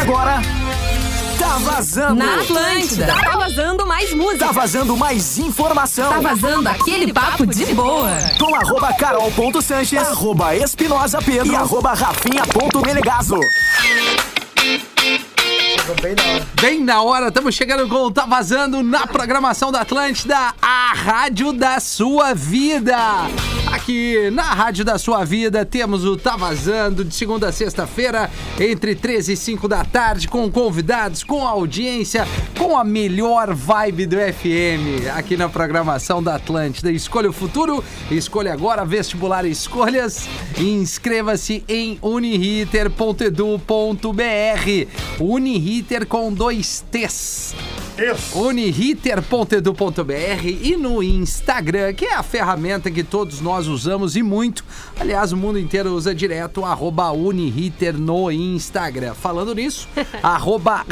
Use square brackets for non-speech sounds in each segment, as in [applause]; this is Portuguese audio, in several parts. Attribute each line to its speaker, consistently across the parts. Speaker 1: agora. Tá vazando!
Speaker 2: Na Atlântida. Tá vazando mais música.
Speaker 1: Tá vazando mais informação!
Speaker 2: Tá vazando aquele papo de boa.
Speaker 3: Tá
Speaker 1: Com arroba carol.sanches, arroba espinosa pedro e arroba rafinha.menegaso.
Speaker 4: Bem na hora, estamos chegando com o Tá Vazando na programação da Atlântida, a rádio da sua vida. Aqui na rádio da sua vida temos o Tá Vazando de segunda a sexta-feira, entre 13 e 5 da tarde, com convidados, com audiência, com a melhor vibe do FM, aqui na programação da Atlântida. Escolha o futuro, escolha agora vestibular escolhas e inscreva-se em uniriter.edu.br. Uniriter com dois T's. Uniriter.edu.br e no Instagram, que é a ferramenta que todos nós usamos e muito. Aliás, o mundo inteiro usa direto arroba Uniriter no Instagram. Falando
Speaker 3: [laughs]
Speaker 4: nisso, arroba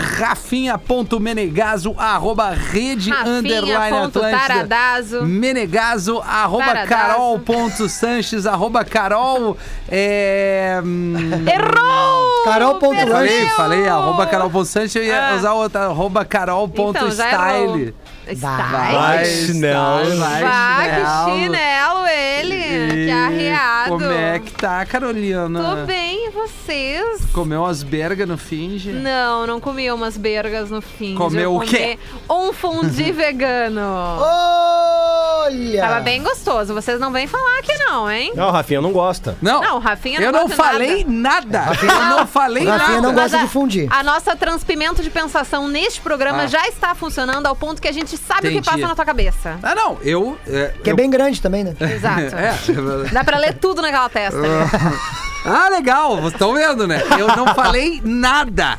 Speaker 4: rafinha.menegaso, arroba rede
Speaker 3: Rafinha
Speaker 4: underline
Speaker 3: ponto
Speaker 4: Atlântida. Hum.
Speaker 3: taradazo.
Speaker 4: Menegaso, arroba
Speaker 3: Taradazo.
Speaker 4: carol.sanches, arroba carol. É, hum,
Speaker 3: Errou!
Speaker 5: Carol.lanches.
Speaker 4: Falei,
Speaker 3: Perdeu!
Speaker 4: falei, arroba carol.sanches, eu ia
Speaker 3: Ah.
Speaker 4: usar outra, arroba carol.style.
Speaker 3: Então, já errou. Style.
Speaker 5: Vai, chinelo.
Speaker 4: vai,
Speaker 3: Vai, que
Speaker 4: chinelo.
Speaker 3: chinelo ele.
Speaker 4: E
Speaker 3: Que arreado.
Speaker 4: Como é que tá, Carolina?
Speaker 3: Tô bem, e vocês?
Speaker 4: Comeu umas bergas no finge?
Speaker 3: Não, não comi umas bergas no fim.
Speaker 4: Comeu
Speaker 3: Eu
Speaker 4: o quê?
Speaker 3: comi Um
Speaker 4: [laughs]
Speaker 3: fundi vegano.
Speaker 5: Olha!
Speaker 3: Tava bem gostoso. Vocês não vêm falar aqui não, hein?
Speaker 5: Não, Rafinha não gosta.
Speaker 4: Não,
Speaker 3: Não, o Rafinha não
Speaker 4: Eu não
Speaker 3: gosta nada.
Speaker 4: falei nada. Eu não falei
Speaker 5: Rafinha
Speaker 4: nada.
Speaker 5: não gosta
Speaker 3: Mas a-
Speaker 5: de fundir.
Speaker 3: A nossa transpimento de pensação neste programa
Speaker 4: Ah.
Speaker 3: já está funcionando ao ponto que a gente sabe o que
Speaker 4: Entendi.
Speaker 3: passa na tua
Speaker 4: [laughs]
Speaker 3: cabeça.
Speaker 4: Ah, não, eu... É,
Speaker 5: Que é
Speaker 4: eu-
Speaker 5: bem grande também, né?
Speaker 3: Exato.
Speaker 4: É,
Speaker 3: Dá pra ler tudo naquela testa. né?
Speaker 4: Ah, legal, vocês estão vendo, né? Eu não falei nada.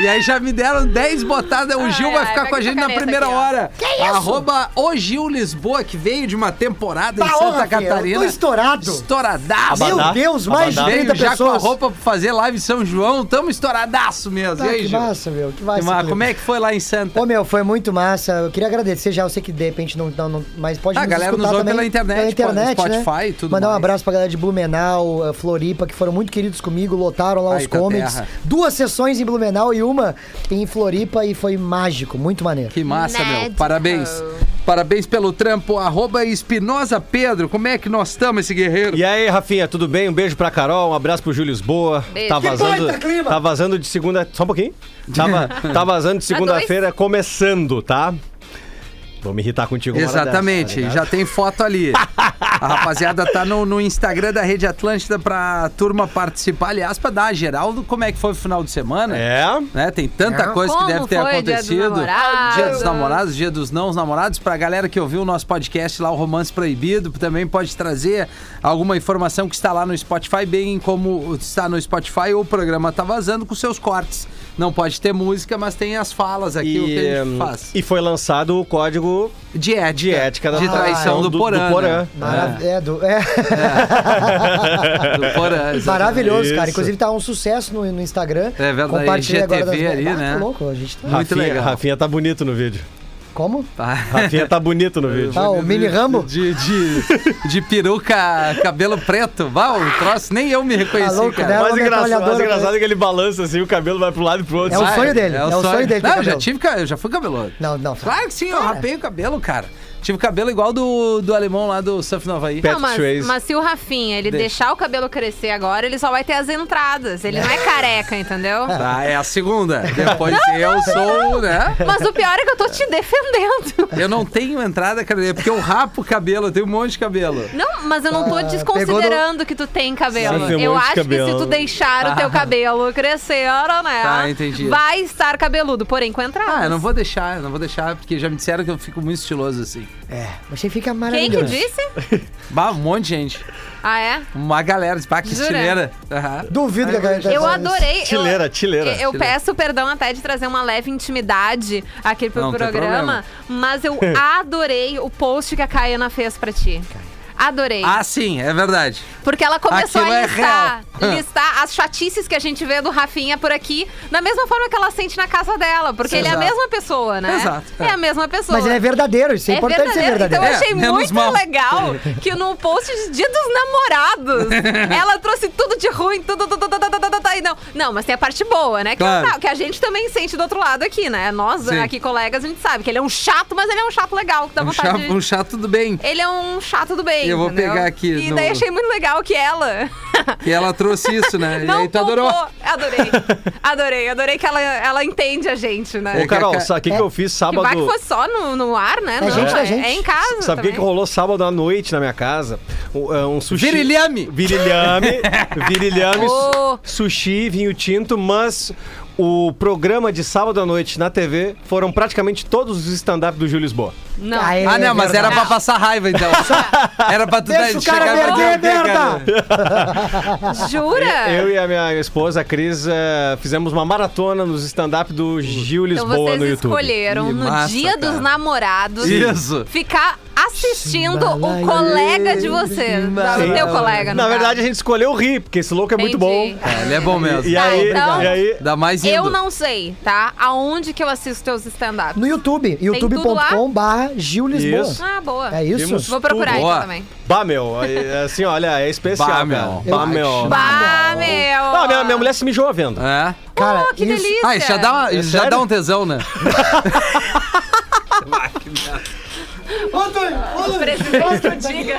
Speaker 4: E aí já me deram 10 botadas. O
Speaker 3: Ai,
Speaker 4: Gil vai
Speaker 3: ai,
Speaker 4: ficar
Speaker 3: pega
Speaker 4: com a
Speaker 3: essa
Speaker 4: gente na
Speaker 3: caneta
Speaker 4: primeira
Speaker 3: aqui, ó.
Speaker 4: hora. Que isso? Arroba o Gil Lisboa, que veio de uma temporada em
Speaker 5: Bah, ô,
Speaker 4: Santa
Speaker 5: Rafinha, Tá, eu
Speaker 4: Catarina.
Speaker 5: tô estouradaço.
Speaker 4: Estouradaço.
Speaker 5: Meu
Speaker 6: Abadá.
Speaker 5: Deus, mais de
Speaker 6: Abadá.
Speaker 5: 30
Speaker 4: Veio já com a
Speaker 5: pessoas.
Speaker 4: roupa pra fazer live em São João. Tamo estouradaço mesmo.
Speaker 5: Tá,
Speaker 4: e aí,
Speaker 5: que
Speaker 4: Gil?
Speaker 5: massa, meu. Que massa.
Speaker 4: Mas
Speaker 5: Cleber.
Speaker 4: como é que foi lá em Santa?
Speaker 5: Ô, meu, foi muito massa. Eu queria agradecer já. Eu sei que de repente não. não, não- mas pode
Speaker 4: Ah, a
Speaker 5: nos
Speaker 4: galera
Speaker 5: escutar
Speaker 4: nos ouve
Speaker 5: também
Speaker 4: pela internet,
Speaker 5: Pela internet
Speaker 4: pode-
Speaker 5: né?
Speaker 4: Spotify e tudo
Speaker 5: Mandar um
Speaker 4: mais.
Speaker 5: abraço pra galera de Blumenau, eh, Floripa, que foram muito queridos comigo, lotaram lá
Speaker 4: Ai,
Speaker 5: os
Speaker 4: tá
Speaker 5: comics.
Speaker 4: terra.
Speaker 5: Duas sessões em Blumenau e uma em Floripa e foi mágico, muito maneiro.
Speaker 4: Que massa, meu.
Speaker 3: Médico.
Speaker 4: Parabéns. Parabéns pelo trampo. Arroba Espinosa Pedro. Como é que nós estamos, esse guerreiro?
Speaker 6: E aí, Rafinha, tudo bem? Um beijo pra Carol, um abraço pro Júlio Lisboa.
Speaker 3: Beijo.
Speaker 6: Tá
Speaker 3: Que
Speaker 6: vazando,
Speaker 5: baita clima!
Speaker 6: tá vazando de segunda, só um pouquinho. Tava,
Speaker 3: [laughs]
Speaker 6: tá vazando de segunda-feira começando, tá? Vou me irritar contigo uma hora dessa,
Speaker 4: Exatamente,
Speaker 6: tá ligado?
Speaker 4: já tem foto
Speaker 6: [laughs]
Speaker 4: ali. a rapaziada tá no, no Instagram da Rede Atlântida pra turma participar. Aliás, pra dar a geral do como é que foi o final de semana.
Speaker 6: É.
Speaker 4: Né? Tem tanta coisa
Speaker 3: Como
Speaker 4: que deve ter
Speaker 3: foi o Dia dos
Speaker 4: acontecido.
Speaker 3: Namorados?
Speaker 4: Dia dos namorados, dia dos não namorados. Pra galera que ouviu o nosso podcast lá, o Romance Proibido, também pode trazer alguma informação que está lá no Spotify, bem como está no Spotify, o programa tá vazando com seus cortes. Não pode ter música, mas tem as falas aqui, o que a gente
Speaker 6: hum,
Speaker 4: faz.
Speaker 6: e foi lançado o código
Speaker 4: De ética.
Speaker 6: de ética da
Speaker 4: De traição do,
Speaker 6: Ah, do- do
Speaker 4: Porã. né?
Speaker 6: Porã.
Speaker 5: Marav- é, do- é.
Speaker 4: Ah, Do
Speaker 5: [laughs]
Speaker 4: Porã. exatamente.
Speaker 5: Maravilhoso, cara.
Speaker 6: Isso.
Speaker 5: Inclusive tá um sucesso no, no Instagram.
Speaker 4: É verdade,
Speaker 5: Compartilha agora das
Speaker 4: IGTV ali,
Speaker 5: Ah,
Speaker 4: né?
Speaker 5: Tá louco, a gente tá.
Speaker 4: Muito
Speaker 6: Rafinha,
Speaker 4: legal.
Speaker 6: Rafinha tá bonito no vídeo.
Speaker 5: Como?
Speaker 4: Tá.
Speaker 6: Rafinha tá bonito
Speaker 4: [laughs]
Speaker 6: no vídeo.
Speaker 5: Ah, o Mini Rambo?
Speaker 4: De, de, de peruca, cabelo preto. Vá, o troço, nem eu me reconheci,
Speaker 5: Tá louco,
Speaker 4: cara.
Speaker 5: né?
Speaker 6: O mais,
Speaker 5: uma
Speaker 6: engraçado, o mais
Speaker 5: metralhadora,
Speaker 4: né?
Speaker 6: engraçado é que ele balança assim, o cabelo vai pro lado e pro outro.
Speaker 5: É o
Speaker 4: Vai,
Speaker 5: sonho dele, é o sonho dele ter
Speaker 4: Não, eu já
Speaker 5: cabelo.
Speaker 4: tive, ca- eu já fui cabeludo.
Speaker 5: Não, não.
Speaker 4: Claro que sim, eu rapei o cabelo, cara. Tive cabelo igual do, do alemão lá do Surf Nova aí.
Speaker 6: Pé-
Speaker 3: Não, mas,
Speaker 6: Tracy.
Speaker 3: mas se o Rafinha ele
Speaker 4: Deixa.
Speaker 3: deixar o cabelo crescer agora, ele só vai ter as entradas. Ele não é careca, entendeu?
Speaker 4: Tá, é a segunda. Depois eu sou, né?
Speaker 3: Mas o pior é que eu tô te defendendo.
Speaker 4: Eu não tenho entrada, cara, é porque eu rapo o cabelo, eu tenho um monte de cabelo.
Speaker 3: Não, mas eu não tô
Speaker 5: Ah,
Speaker 3: desconsiderando que tu tem cabelo.
Speaker 6: Sim, tem um
Speaker 3: eu
Speaker 6: monte de
Speaker 3: acho que se
Speaker 6: cabelo. Ah.
Speaker 3: tu deixar o teu cabelo crescer, né?
Speaker 4: Tá, entendi.
Speaker 3: Vai estar cabeludo, porém com entradas.
Speaker 4: Ah, eu não vou deixar, eu não vou deixar, porque já me disseram que eu fico muito estiloso assim.
Speaker 5: É, você fica
Speaker 3: Quem que
Speaker 5: maravilhoso.
Speaker 3: disse?
Speaker 4: Bah, um monte de gente.
Speaker 3: Ah,
Speaker 4: [laughs]
Speaker 3: é?
Speaker 4: Uma galera, disse, bah, que
Speaker 3: Jura?
Speaker 4: estileira. Aham.
Speaker 5: Duvido que a galera
Speaker 3: Eu
Speaker 5: tá-
Speaker 3: adorei. eu-
Speaker 6: Tileira, tileira.
Speaker 3: Eu, eu
Speaker 4: Tileira.
Speaker 3: peço perdão até de trazer uma leve intimidade aqui pro
Speaker 4: Não, não tem
Speaker 3: programa, mas
Speaker 6: [laughs]
Speaker 3: eu adorei o post que a Caiana fez pra ti. Adorei.
Speaker 4: Ah, sim, é verdade.
Speaker 3: Porque ela começou
Speaker 4: Aquilo
Speaker 3: a
Speaker 4: é
Speaker 3: listar,
Speaker 4: real.
Speaker 3: [laughs] listar as chatices que a gente vê do Rafinha por aqui, da mesma forma que ela sente na casa dela, porque ele é a
Speaker 4: Exato.
Speaker 3: mesma pessoa, né?
Speaker 4: Exato, é.
Speaker 3: É a mesma pessoa.
Speaker 5: Mas é verdadeiro, isso é, importante ser verdadeiro.
Speaker 3: Então eu
Speaker 4: É,
Speaker 3: achei
Speaker 4: menos
Speaker 3: muito
Speaker 4: mal.
Speaker 3: legal que
Speaker 5: [laughs]
Speaker 3: no post de Dia dos Namorados ela trouxe tudo de ruim, tudo, tudo, tudo, tudo, tudo, tudo, tudo, e não. Não, mas tem a parte boa, né? Que,
Speaker 4: Claro.
Speaker 3: é o tal, que a gente também sente do outro lado aqui, né? Nós
Speaker 4: Sim.
Speaker 3: aqui, colegas, a gente sabe que ele é um chato, mas ele é um chato legal, que dá
Speaker 4: Um
Speaker 3: vontade
Speaker 4: chá,
Speaker 3: de...
Speaker 4: um chá tudo bem.
Speaker 3: Ele é um chato do bem,
Speaker 4: Eu vou
Speaker 3: entendeu?
Speaker 4: pegar aqui
Speaker 3: E
Speaker 4: no-
Speaker 3: daí achei muito legal que
Speaker 4: [laughs]
Speaker 3: ela...
Speaker 4: E ela trouxe
Speaker 3: [laughs]
Speaker 4: isso, né? e
Speaker 3: Não
Speaker 4: aí tu adorou.
Speaker 3: poupou. Adorei. Adorei, adorei que ela, ela entende a gente, né?
Speaker 6: Ô, Carol, sabe o que,
Speaker 5: É.
Speaker 6: que eu fiz
Speaker 3: Que vai que
Speaker 6: sábado?
Speaker 3: fosse só no, no ar, né?
Speaker 5: É gente da gente.
Speaker 3: é em casa
Speaker 6: Sabe o que, que
Speaker 3: também.
Speaker 6: rolou sábado à noite na minha casa? Um, é, um sushi.
Speaker 4: Virilhame.
Speaker 6: Virilhame.
Speaker 4: [laughs]
Speaker 6: Virilhame,
Speaker 3: Ô.
Speaker 6: su- sushi, vinho tinto, mas o programa de sábado à noite na TV foram praticamente todos os stand-up do Júlio Lisboa.
Speaker 3: Não.
Speaker 5: Ah, é
Speaker 4: Ah, não, mas era
Speaker 5: verdade.
Speaker 4: pra passar
Speaker 3: [laughs]
Speaker 4: raiva, então. Era pra tu
Speaker 5: Deixa o cara
Speaker 4: chegar e
Speaker 5: perder,
Speaker 4: dizer, cara,
Speaker 5: merda! é.
Speaker 3: Jura?
Speaker 6: Eu e a minha esposa, a Cris, eh, fizemos uma maratona nos stand-up do Gil
Speaker 3: Então
Speaker 6: Lisboa
Speaker 3: vocês
Speaker 6: no YouTube.
Speaker 3: escolheram
Speaker 4: Que
Speaker 3: no
Speaker 4: massa,
Speaker 3: dia
Speaker 4: cara.
Speaker 3: dos namorados
Speaker 4: Isso.
Speaker 3: ficar assistindo o
Speaker 5: Ximbalaia,
Speaker 3: colega de vocês. Da,
Speaker 4: Sim.
Speaker 3: é teu colega, no
Speaker 6: Na verdade, a
Speaker 3: caso.
Speaker 6: gente escolheu rir, porque esse louco é muito
Speaker 3: Entendi.
Speaker 6: bom.
Speaker 4: É, ele é bom mesmo.
Speaker 6: E aí,
Speaker 3: então-
Speaker 6: e aí
Speaker 4: Dá mais
Speaker 6: é
Speaker 4: indo.
Speaker 3: Eu não sei, tá? Aonde que eu assisto teus stand-ups?
Speaker 5: No YouTube, youtube.com barra Gil Lisboa.
Speaker 6: Isso.
Speaker 3: Ah, boa.
Speaker 5: É isso?
Speaker 6: Vimos.
Speaker 3: Vou procurar
Speaker 4: Tudo.
Speaker 3: então
Speaker 4: Boa.
Speaker 3: também.
Speaker 6: Bah, meu, é- assim, olha, é especial.
Speaker 4: Bah,
Speaker 6: cara.
Speaker 4: meu.
Speaker 6: Bah, meu.
Speaker 3: Bah, meu!
Speaker 6: Ah, minha, minha mulher se mijou à venda.
Speaker 4: É.
Speaker 5: Cara,
Speaker 3: Oh, que
Speaker 5: isso-
Speaker 3: delícia!
Speaker 4: Ah, isso já dá, uma-
Speaker 6: É
Speaker 4: já
Speaker 6: sério?
Speaker 4: dá um tesão, né? [laughs]
Speaker 3: Preciso que eu diga.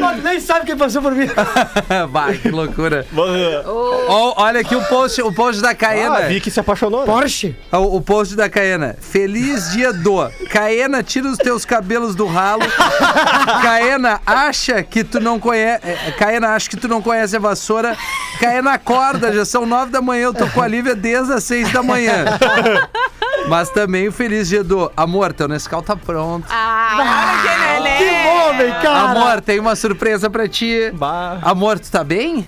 Speaker 5: Mano, nem sabe quem passou
Speaker 4: [laughs]
Speaker 5: por mim.
Speaker 4: Vai, que loucura.
Speaker 6: Ah,
Speaker 4: Ó, olha aqui o post, o post da Caena. É
Speaker 6: vi que se apaixonou. né?
Speaker 5: Porsche?
Speaker 4: O, o post da Caena. Feliz dia do. Caena, tira os teus cabelos do
Speaker 6: [laughs]
Speaker 4: ralo. Caena acha que tu não conhece. Caena acha que tu não conhece a vassoura. Caena acorda, já são nove da manhã. Eu tô com a Lívia desde as seis da manhã.
Speaker 6: [laughs]
Speaker 4: Mas também o feliz dia do. Amor, teu Nescau tá pronto.
Speaker 3: Ah, olha que neném.
Speaker 5: Que homem, cara!
Speaker 4: Amor, tem uma surpresa pra ti.
Speaker 6: Bah.
Speaker 4: Amor, tu tá bem?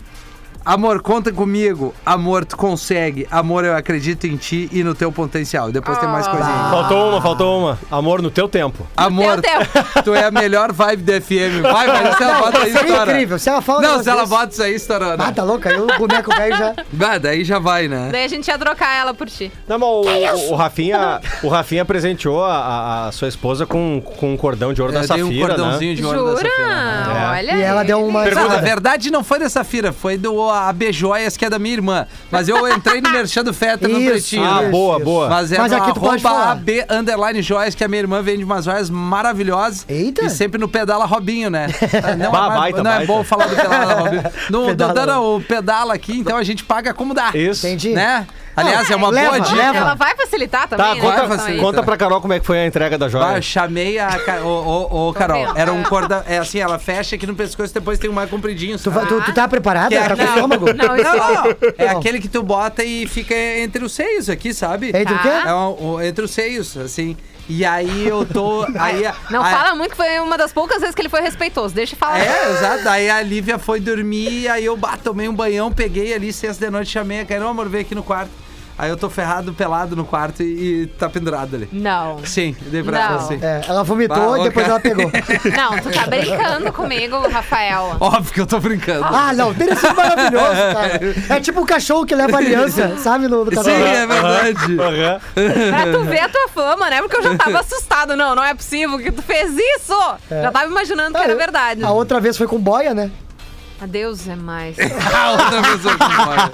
Speaker 4: Amor, conta comigo. Amor, tu consegue. Amor, eu acredito em ti e no teu potencial. Depois tem mais coisinha.
Speaker 6: Faltou uma, faltou uma. Amor no teu tempo.
Speaker 4: Amor,
Speaker 3: Teu
Speaker 4: [laughs] tu é a melhor vibe da FM. Vai, mas se ela bota aí,
Speaker 5: Isso é
Speaker 4: estoura.
Speaker 5: incrível. Se ela fala um
Speaker 4: Não,
Speaker 5: negócio
Speaker 4: se ela
Speaker 5: desse-
Speaker 4: bota isso aí, estoura. né?
Speaker 5: Ah, tá louca? Aí o boneco velho já.
Speaker 4: Ah, daí já vai, né?
Speaker 3: Daí a gente ia trocar ela por ti.
Speaker 6: Não, mas o, o Rafinha, o Rafinha presenteou a, a- a sua esposa com, com um cordão de ouro da
Speaker 4: Eu dei
Speaker 6: Safira,
Speaker 4: um cordãozinho
Speaker 6: né?
Speaker 4: de ouro
Speaker 3: Jura?
Speaker 4: dessa feira.
Speaker 3: Olha.
Speaker 5: É. E ela
Speaker 3: aí.
Speaker 5: deu um uma.
Speaker 4: Não, na
Speaker 5: Pergunta.
Speaker 4: verdade não foi dessa feira, foi do AB Joias, que é da minha irmã. Mas eu entrei no Merchan do Feta no
Speaker 5: Isso.
Speaker 4: pretinho.
Speaker 6: Ah,
Speaker 5: Isso,
Speaker 6: boa,
Speaker 5: isso.
Speaker 6: boa.
Speaker 4: Mas é
Speaker 5: Mas
Speaker 4: no
Speaker 5: aqui tu pode
Speaker 4: arroba
Speaker 5: falar.
Speaker 4: AB underline joias, que a minha irmã vende umas joias maravilhosas.
Speaker 5: Eita.
Speaker 4: E sempre no pedala Robinho,
Speaker 5: [laughs]
Speaker 4: né? Não,
Speaker 6: Bah,
Speaker 4: é, mais-
Speaker 6: baita,
Speaker 4: não é
Speaker 6: baita.
Speaker 4: bom falar do pedala Robinho. No,
Speaker 5: Pedala.
Speaker 4: do, dando o pedala aqui, então a gente paga como dá.
Speaker 6: Isso.
Speaker 5: Entendi.
Speaker 4: Né? Aliás, é uma
Speaker 5: leva,
Speaker 4: boa dica.
Speaker 5: leva.
Speaker 3: Ela vai facilitar também,
Speaker 6: Tá,
Speaker 3: né?
Speaker 4: vai
Speaker 6: conta,
Speaker 4: facilitar.
Speaker 6: conta pra Carol como é que foi a entrega da
Speaker 4: Bah, eu
Speaker 6: joia.
Speaker 4: chamei a. Ca- Ô, ô, ô, Carol,
Speaker 3: vendo?
Speaker 4: era um cordão. É assim, ela fecha aqui no pescoço e depois tem um mais compridinho.
Speaker 5: Tu,
Speaker 4: sabe?
Speaker 5: va- tu, tu tá preparada?
Speaker 4: Que é
Speaker 5: Tá com
Speaker 4: não.
Speaker 5: estômago?
Speaker 3: Ah. Não, isso
Speaker 4: Não, não. É
Speaker 5: Não.
Speaker 4: aquele que tu bota e fica entre os seios aqui, sabe?
Speaker 5: Entre o quê?
Speaker 4: É um- um- entre os seios, assim. E aí eu tô. Aí, a-
Speaker 3: Não
Speaker 4: a-
Speaker 3: fala muito que foi uma das poucas vezes que ele foi respeitoso. Deixa eu falar.
Speaker 4: Ah, É, exato. Aí a Lívia foi dormir, aí eu bah, tomei um banhão, peguei ali, sexta de noite, chamei a Karen, "Ô, amor, vem aqui no quarto. Aí eu tô ferrado, pelado no quarto e, e tá pendurado ali.
Speaker 3: Não.
Speaker 4: Sim, dei pra ela
Speaker 3: Não.
Speaker 4: assim.
Speaker 5: É, ela vomitou
Speaker 4: Bah, ô,
Speaker 5: e depois
Speaker 4: cara. [laughs]
Speaker 5: ela pegou.
Speaker 3: Não, tu tá brincando comigo, Rafael.
Speaker 4: Óbvio que eu tô brincando.
Speaker 5: Ah, não, teria sido maravilhoso, cara. É tipo um cachorro que leva aliança,
Speaker 4: [laughs]
Speaker 5: sabe? No, no
Speaker 4: Sim, é verdade. [laughs]
Speaker 6: Aham.
Speaker 3: Pra tu ver a tua fama, né? Porque eu já tava assustado. Não, não é possível que tu fez isso! Já tava imaginando que
Speaker 5: Ah,
Speaker 3: era
Speaker 5: eu-
Speaker 3: verdade.
Speaker 5: A outra vez foi com boia, né?
Speaker 3: Adeus é mais.
Speaker 4: Ah, outra pessoa que mora.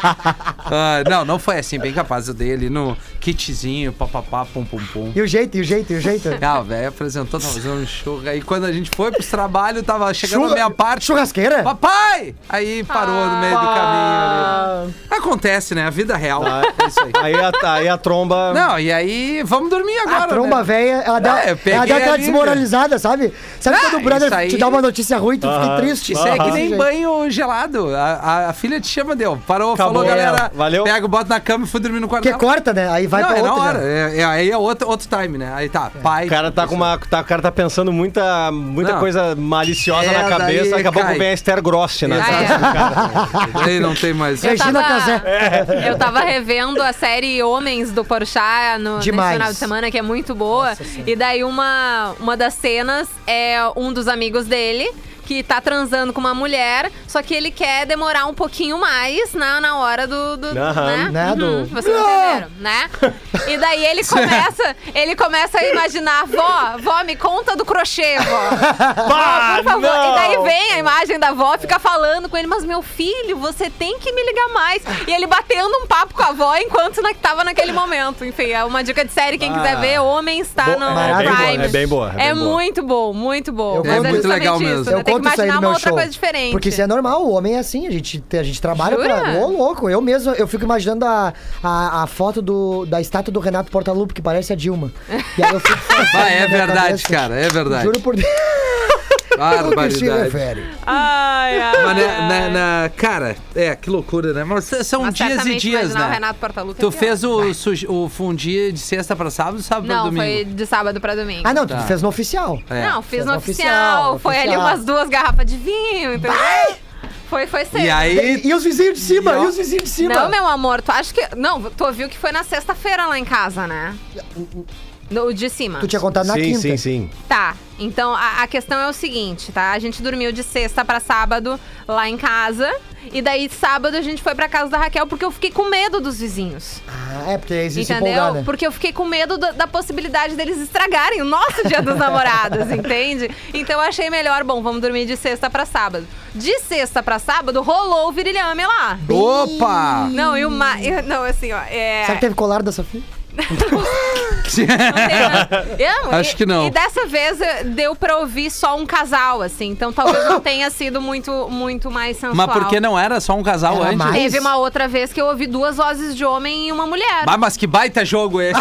Speaker 4: Ah, não, não foi assim, bem capaz. Eu dei ali no kitzinho, papapá, pum pum pum.
Speaker 5: E o jeito, e o jeito, e o jeito.
Speaker 4: Ah, velho, apresentou, tava fazendo um churro. Aí quando a gente foi pros trabalhos, tava chegando
Speaker 5: Churra-
Speaker 4: a minha parte.
Speaker 5: Churrasqueira?
Speaker 4: Papai! Aí parou no meio
Speaker 3: Ah.
Speaker 4: do caminho ali. Acontece, né? A vida real. É isso aí.
Speaker 6: Aí, a, aí a tromba.
Speaker 4: Não, e aí vamos dormir agora.
Speaker 5: a tromba
Speaker 4: né?
Speaker 5: velha, ela dá,
Speaker 4: É, eu peguei
Speaker 5: ela dá aquela
Speaker 4: ali,
Speaker 5: desmoralizada, sabe? Sabe
Speaker 4: Ah,
Speaker 5: quando o
Speaker 4: isso
Speaker 5: brother
Speaker 4: aí-
Speaker 5: te dá uma notícia ruim e tu fica triste?
Speaker 4: Isso aí é que nem
Speaker 5: Desse jeito.
Speaker 4: banho gelado. A, a- a filha te chama, deu. Parou,
Speaker 6: Acabou,
Speaker 4: falou,
Speaker 6: é,
Speaker 4: galera.
Speaker 6: valeu.
Speaker 4: Pega, bota na cama e fui dormir no quarto.
Speaker 5: Porque
Speaker 4: dela.
Speaker 5: corta, né? Aí vai
Speaker 4: não,
Speaker 5: pra
Speaker 4: é na
Speaker 5: outra.
Speaker 4: hora.
Speaker 5: já.
Speaker 4: É, é- aí é outro, outro time, né? Aí tá, pai.
Speaker 6: O cara tá com uma. Tá, o cara tá pensando muita, muita
Speaker 4: Não.
Speaker 6: coisa maliciosa
Speaker 4: É,
Speaker 6: na cabeça.
Speaker 4: daí
Speaker 6: Daqui a pouco
Speaker 4: cai.
Speaker 6: vem a Esther Gross, né?
Speaker 3: Ah, é.
Speaker 4: [laughs] Aí não tem mais. Ah,
Speaker 5: Eu Regina Casé.
Speaker 3: Eu tava revendo a série Homens do Porchat no nesse
Speaker 5: Demais.
Speaker 3: final de semana, que é muito boa. E daí uma, uma das cenas é um dos amigos dele que tá transando com uma mulher, só que ele quer demorar um pouquinho mais na, na hora do. do
Speaker 6: Aham.
Speaker 3: né?
Speaker 5: Né, do-
Speaker 3: Uhum, Vocês entenderam, né? E daí ele começa, ele começa a imaginar, vó, vó, me conta do crochê, vó.
Speaker 6: Pá,
Speaker 3: Por favor. E daí
Speaker 6: Ah, não!
Speaker 3: vem a imagem da avó, fica falando com ele, mas meu filho, você tem que me ligar mais. E ele batendo um papo com a avó enquanto na, tava naquele momento. Enfim, é uma dica de série, quem quiser ver, Homem está
Speaker 6: Boa,
Speaker 3: no
Speaker 5: é bem
Speaker 3: Prime.
Speaker 5: boa, é
Speaker 6: Ah. bem boa, é bem boa.
Speaker 3: muito bom, muito bom. mas
Speaker 5: Eu conto-
Speaker 3: é
Speaker 5: muito
Speaker 3: justamente
Speaker 4: legal
Speaker 3: isso,
Speaker 4: mesmo.
Speaker 3: né?
Speaker 5: Eu
Speaker 3: Tem que
Speaker 5: conto isso aí
Speaker 3: imaginar
Speaker 5: no
Speaker 3: uma
Speaker 5: meu
Speaker 3: outra
Speaker 5: show.
Speaker 3: coisa diferente.
Speaker 5: Porque isso é normal, o homem é assim, a gente, a gente trabalha
Speaker 3: Jura?
Speaker 5: pra. Ô, louco, eu mesmo, eu fico imaginando a, a, a foto do, da estátua do Renato Portaluppi, que parece a Dilma. E aí
Speaker 3: [laughs]
Speaker 5: eu fico fazendo
Speaker 4: Ah, é
Speaker 5: na minha
Speaker 4: verdade,
Speaker 5: cabeça.
Speaker 4: cara, é verdade.
Speaker 5: Juro por Deus. [laughs] O que se
Speaker 4: Barbaridade.
Speaker 5: refere?
Speaker 3: Ai, ai.
Speaker 4: Mas
Speaker 5: né,
Speaker 4: na, na- na- cara, é, que loucura, né? Mas são
Speaker 3: Mas
Speaker 4: dias e
Speaker 3: Ah, certamente
Speaker 4: dias,
Speaker 3: imaginar
Speaker 4: né?
Speaker 3: o Renato Portaluppi é
Speaker 4: tu
Speaker 3: pior.
Speaker 4: fez o, suj- o fundir de sexta pra sábado, sábado pra
Speaker 3: Não,
Speaker 4: domingo?
Speaker 3: foi de sábado pra domingo.
Speaker 5: Ah, não, tu
Speaker 4: Tá.
Speaker 5: fez no oficial.
Speaker 4: É.
Speaker 3: Não, fiz
Speaker 5: Fez
Speaker 3: no
Speaker 5: no
Speaker 3: oficial.
Speaker 5: oficial,
Speaker 3: Foi ali
Speaker 5: oficial.
Speaker 3: umas duas garrafas de vinho, entendeu? Foi, foi cedo.
Speaker 4: E aí, [laughs]
Speaker 5: E, e os vizinhos de cima?
Speaker 4: E
Speaker 5: E,
Speaker 4: ó-
Speaker 5: os vizinhos de cima?
Speaker 3: Não, meu amor, tu acha que. Não, tu ouviu que foi na sexta-feira lá em casa, né? No, de cima.
Speaker 5: Tu tinha contado na
Speaker 6: Sim,
Speaker 5: quinta.
Speaker 6: sim, sim.
Speaker 3: Tá, então a, a questão é o seguinte, tá? A gente dormiu de sexta pra sábado lá em casa. E daí sábado a gente foi pra casa da Raquel porque eu fiquei com medo dos vizinhos.
Speaker 5: Ah, é, porque existe
Speaker 3: entendeu?
Speaker 5: empolgar, né?
Speaker 3: Porque eu fiquei com medo da, da possibilidade deles estragarem o nosso dia dos
Speaker 5: [laughs]
Speaker 3: namorados, entende? Então eu achei melhor, bom, vamos dormir de sexta pra sábado. De sexta pra sábado rolou o virilhame lá.
Speaker 4: opa!
Speaker 3: Não, e o ma... eu- Não, assim, ó. É...
Speaker 5: Será que teve colar da Sofia?
Speaker 4: [laughs]
Speaker 3: Eu-
Speaker 4: Acho
Speaker 3: e-
Speaker 4: que não.
Speaker 3: E dessa vez eh, deu pra ouvir só um casal, assim. Então talvez não tenha sido muito, muito mais sensual.
Speaker 4: Mas porque não era só um casal
Speaker 5: Era
Speaker 4: antes?
Speaker 5: mais.
Speaker 3: Teve uma outra vez que eu ouvi duas vozes de homem e uma mulher.
Speaker 4: Ah, mas que baita
Speaker 3: [laughs]
Speaker 4: jogo esse!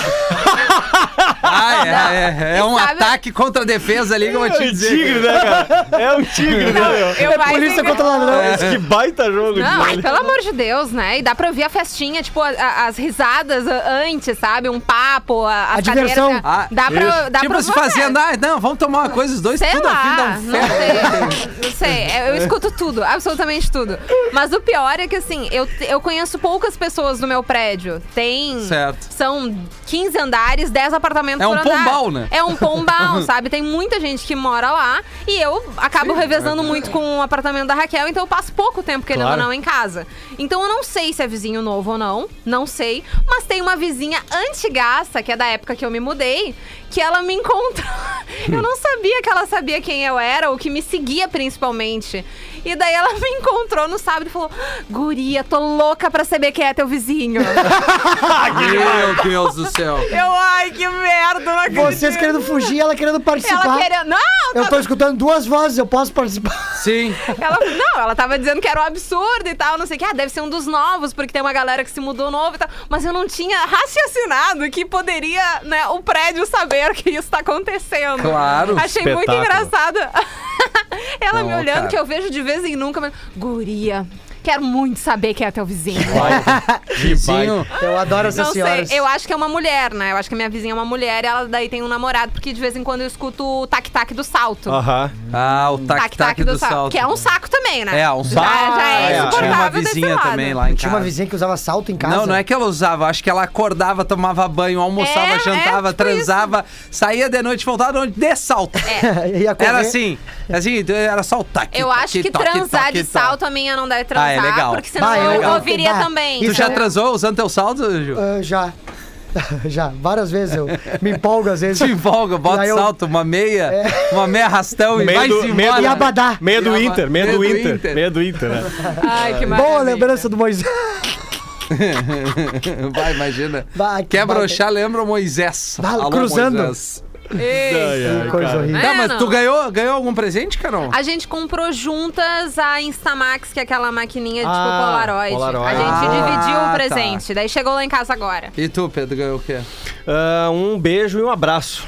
Speaker 4: ah, é, é, é
Speaker 3: E
Speaker 4: um
Speaker 3: sabe-
Speaker 4: ataque contra a defesa ali que eu
Speaker 3: É
Speaker 4: vou te dizer.
Speaker 6: né, cara? É um tigre, né, meu?
Speaker 3: Então,
Speaker 4: É
Speaker 3: Eu mais
Speaker 5: Polícia né?
Speaker 3: engra-
Speaker 5: contra ladrão.
Speaker 6: Mas Que baita jogo,
Speaker 3: Não, ai,
Speaker 6: de
Speaker 3: pelo amor de Deus, né? E dá pra ouvir a festinha, tipo, a- a- as risadas a- antes, sabe? Um papo, a, as
Speaker 5: A diversão.
Speaker 3: cadeiras.
Speaker 4: Ah,
Speaker 3: dá pra, dá
Speaker 4: tipo
Speaker 3: pra
Speaker 4: se fazendo, ah, não, vamos tomar uma coisa, os dois,
Speaker 3: Sei
Speaker 4: tudo a fim dá
Speaker 3: lá,
Speaker 4: um
Speaker 3: não
Speaker 4: ferro. [laughs]
Speaker 3: sei, não sei. É, Eu escuto tudo, absolutamente tudo. Mas o pior é que, assim, eu, te- eu conheço poucas pessoas no meu prédio. Tem...
Speaker 4: Certo.
Speaker 3: São 15 andares, 10 apartamentos
Speaker 4: É
Speaker 3: por
Speaker 4: um
Speaker 3: andar.
Speaker 4: pombal, né?
Speaker 3: É um
Speaker 5: [laughs]
Speaker 3: pombal, sabe? Tem muita gente que mora lá. E eu acabo revezando muito com o apartamento da Raquel. Então eu passo pouco tempo, querendo
Speaker 6: Claro.
Speaker 3: ou não, em casa. Então eu não sei se é vizinho novo ou não. Não sei. Mas tem uma vizinha antigaça, que é da época que eu me mudei, que ela me
Speaker 5: [laughs]
Speaker 3: encontrou. Eu não sabia que ela sabia quem eu era, ou que me seguia principalmente. E daí ela me encontrou no sábado e falou: Guria, tô louca pra saber quem é teu
Speaker 5: [laughs]
Speaker 3: vizinho.
Speaker 4: Meu Deus do céu.
Speaker 3: eu, ai, que merda, não acredito.
Speaker 5: Vocês querendo fugir, ela querendo participar.
Speaker 3: Ela querendo. Não, tá
Speaker 5: Eu tô escutando duas vozes, eu posso participar.
Speaker 4: Sim.
Speaker 3: Ela, não, ela tava dizendo que era um absurdo e tal, não sei o que. Ah, deve ser um dos novos, porque tem uma galera que se mudou novo e tal. Mas eu não tinha raciocinado que poderia, né, o prédio saber que isso tá acontecendo.
Speaker 4: Claro.
Speaker 3: Achei muito
Speaker 6: Espetáculo.
Speaker 3: engraçado. [laughs] ela
Speaker 4: Não,
Speaker 3: me olhando,
Speaker 4: cara.
Speaker 3: que eu vejo de vez em nunca, mas, guria, quero muito saber quem é teu vizinho.
Speaker 4: Vizinho.
Speaker 5: Eu adoro essas
Speaker 3: Não
Speaker 5: senhoras.
Speaker 3: sei, eu acho que é uma mulher, né? Eu acho que a minha vizinha é uma mulher e ela daí tem um namorado, porque de vez em quando eu escuto o tac-tac do salto.
Speaker 6: Aham.
Speaker 4: Ah, o tac-tac do salto.
Speaker 3: Que é um saco também, né?
Speaker 4: É, um
Speaker 3: Já-
Speaker 4: saco.
Speaker 3: Já é
Speaker 4: Eu tinha uma
Speaker 3: insuportável desse
Speaker 4: vizinha
Speaker 3: lado.
Speaker 4: também lá em
Speaker 5: Tinha
Speaker 4: casa.
Speaker 5: uma vizinha que usava salto em casa.
Speaker 4: Não,
Speaker 5: [laughs]
Speaker 4: não é que ela usava, acho que ela acordava, tomava banho, almoçava,
Speaker 3: É, é,
Speaker 4: jantava,
Speaker 3: tipo
Speaker 4: transava, saía de noite, voltava onde de salto.
Speaker 5: Ia correr.
Speaker 4: Era assim, assim, era só o tac.
Speaker 3: É. Eu
Speaker 4: tac,
Speaker 3: acho que
Speaker 4: toque,
Speaker 3: transar
Speaker 4: toque,
Speaker 3: de
Speaker 4: toque.
Speaker 3: salto a minha não deve transar,
Speaker 4: Ah, é legal.
Speaker 3: porque senão
Speaker 5: Ah, é
Speaker 3: eu
Speaker 5: legal.
Speaker 3: ouviria
Speaker 5: Bah,
Speaker 3: também.
Speaker 4: Tu
Speaker 5: Isso
Speaker 4: já
Speaker 5: é-
Speaker 4: transou usando teu salto,
Speaker 5: [laughs]
Speaker 4: Ju?
Speaker 5: Ah, já. já. Várias vezes eu me empolgo
Speaker 4: [laughs]
Speaker 5: às vezes.
Speaker 4: Te envolga, bota
Speaker 5: Aí eu- É.
Speaker 4: salto, uma meia, uma meia arrastão e
Speaker 6: Medo-
Speaker 4: vai se
Speaker 6: medo-
Speaker 4: embora.
Speaker 5: E abadá.
Speaker 6: Meia do Inter, meia do
Speaker 4: Meia do
Speaker 6: Inter.
Speaker 4: Inter.
Speaker 6: Meia do Inter, né?
Speaker 3: Ai, que
Speaker 5: Boa
Speaker 3: maravilha.
Speaker 5: lembrança do Moisés.
Speaker 4: [laughs] Vai, imagina.
Speaker 5: Vai, que
Speaker 4: Quer
Speaker 5: baita.
Speaker 4: broxar, lembra o Moisés.
Speaker 5: Vai,
Speaker 4: Alô,
Speaker 5: cruzando.
Speaker 4: Moisés.
Speaker 3: [laughs] Ei.
Speaker 6: Ai, ai,
Speaker 5: Que coisa
Speaker 6: cara.
Speaker 5: horrível.
Speaker 3: É,
Speaker 4: Tá, mas
Speaker 3: não.
Speaker 4: tu ganhou, ganhou algum presente, Carol?
Speaker 3: A gente comprou juntas a Instamax, que é aquela maquininha tipo
Speaker 6: Ah,
Speaker 3: Polaroid.
Speaker 6: Polaroid.
Speaker 3: A gente
Speaker 4: Ah,
Speaker 3: dividiu
Speaker 4: tá.
Speaker 3: o presente, daí chegou lá em casa agora.
Speaker 4: E tu, Pedro, ganhou o quê?
Speaker 6: Ah, um beijo e um abraço.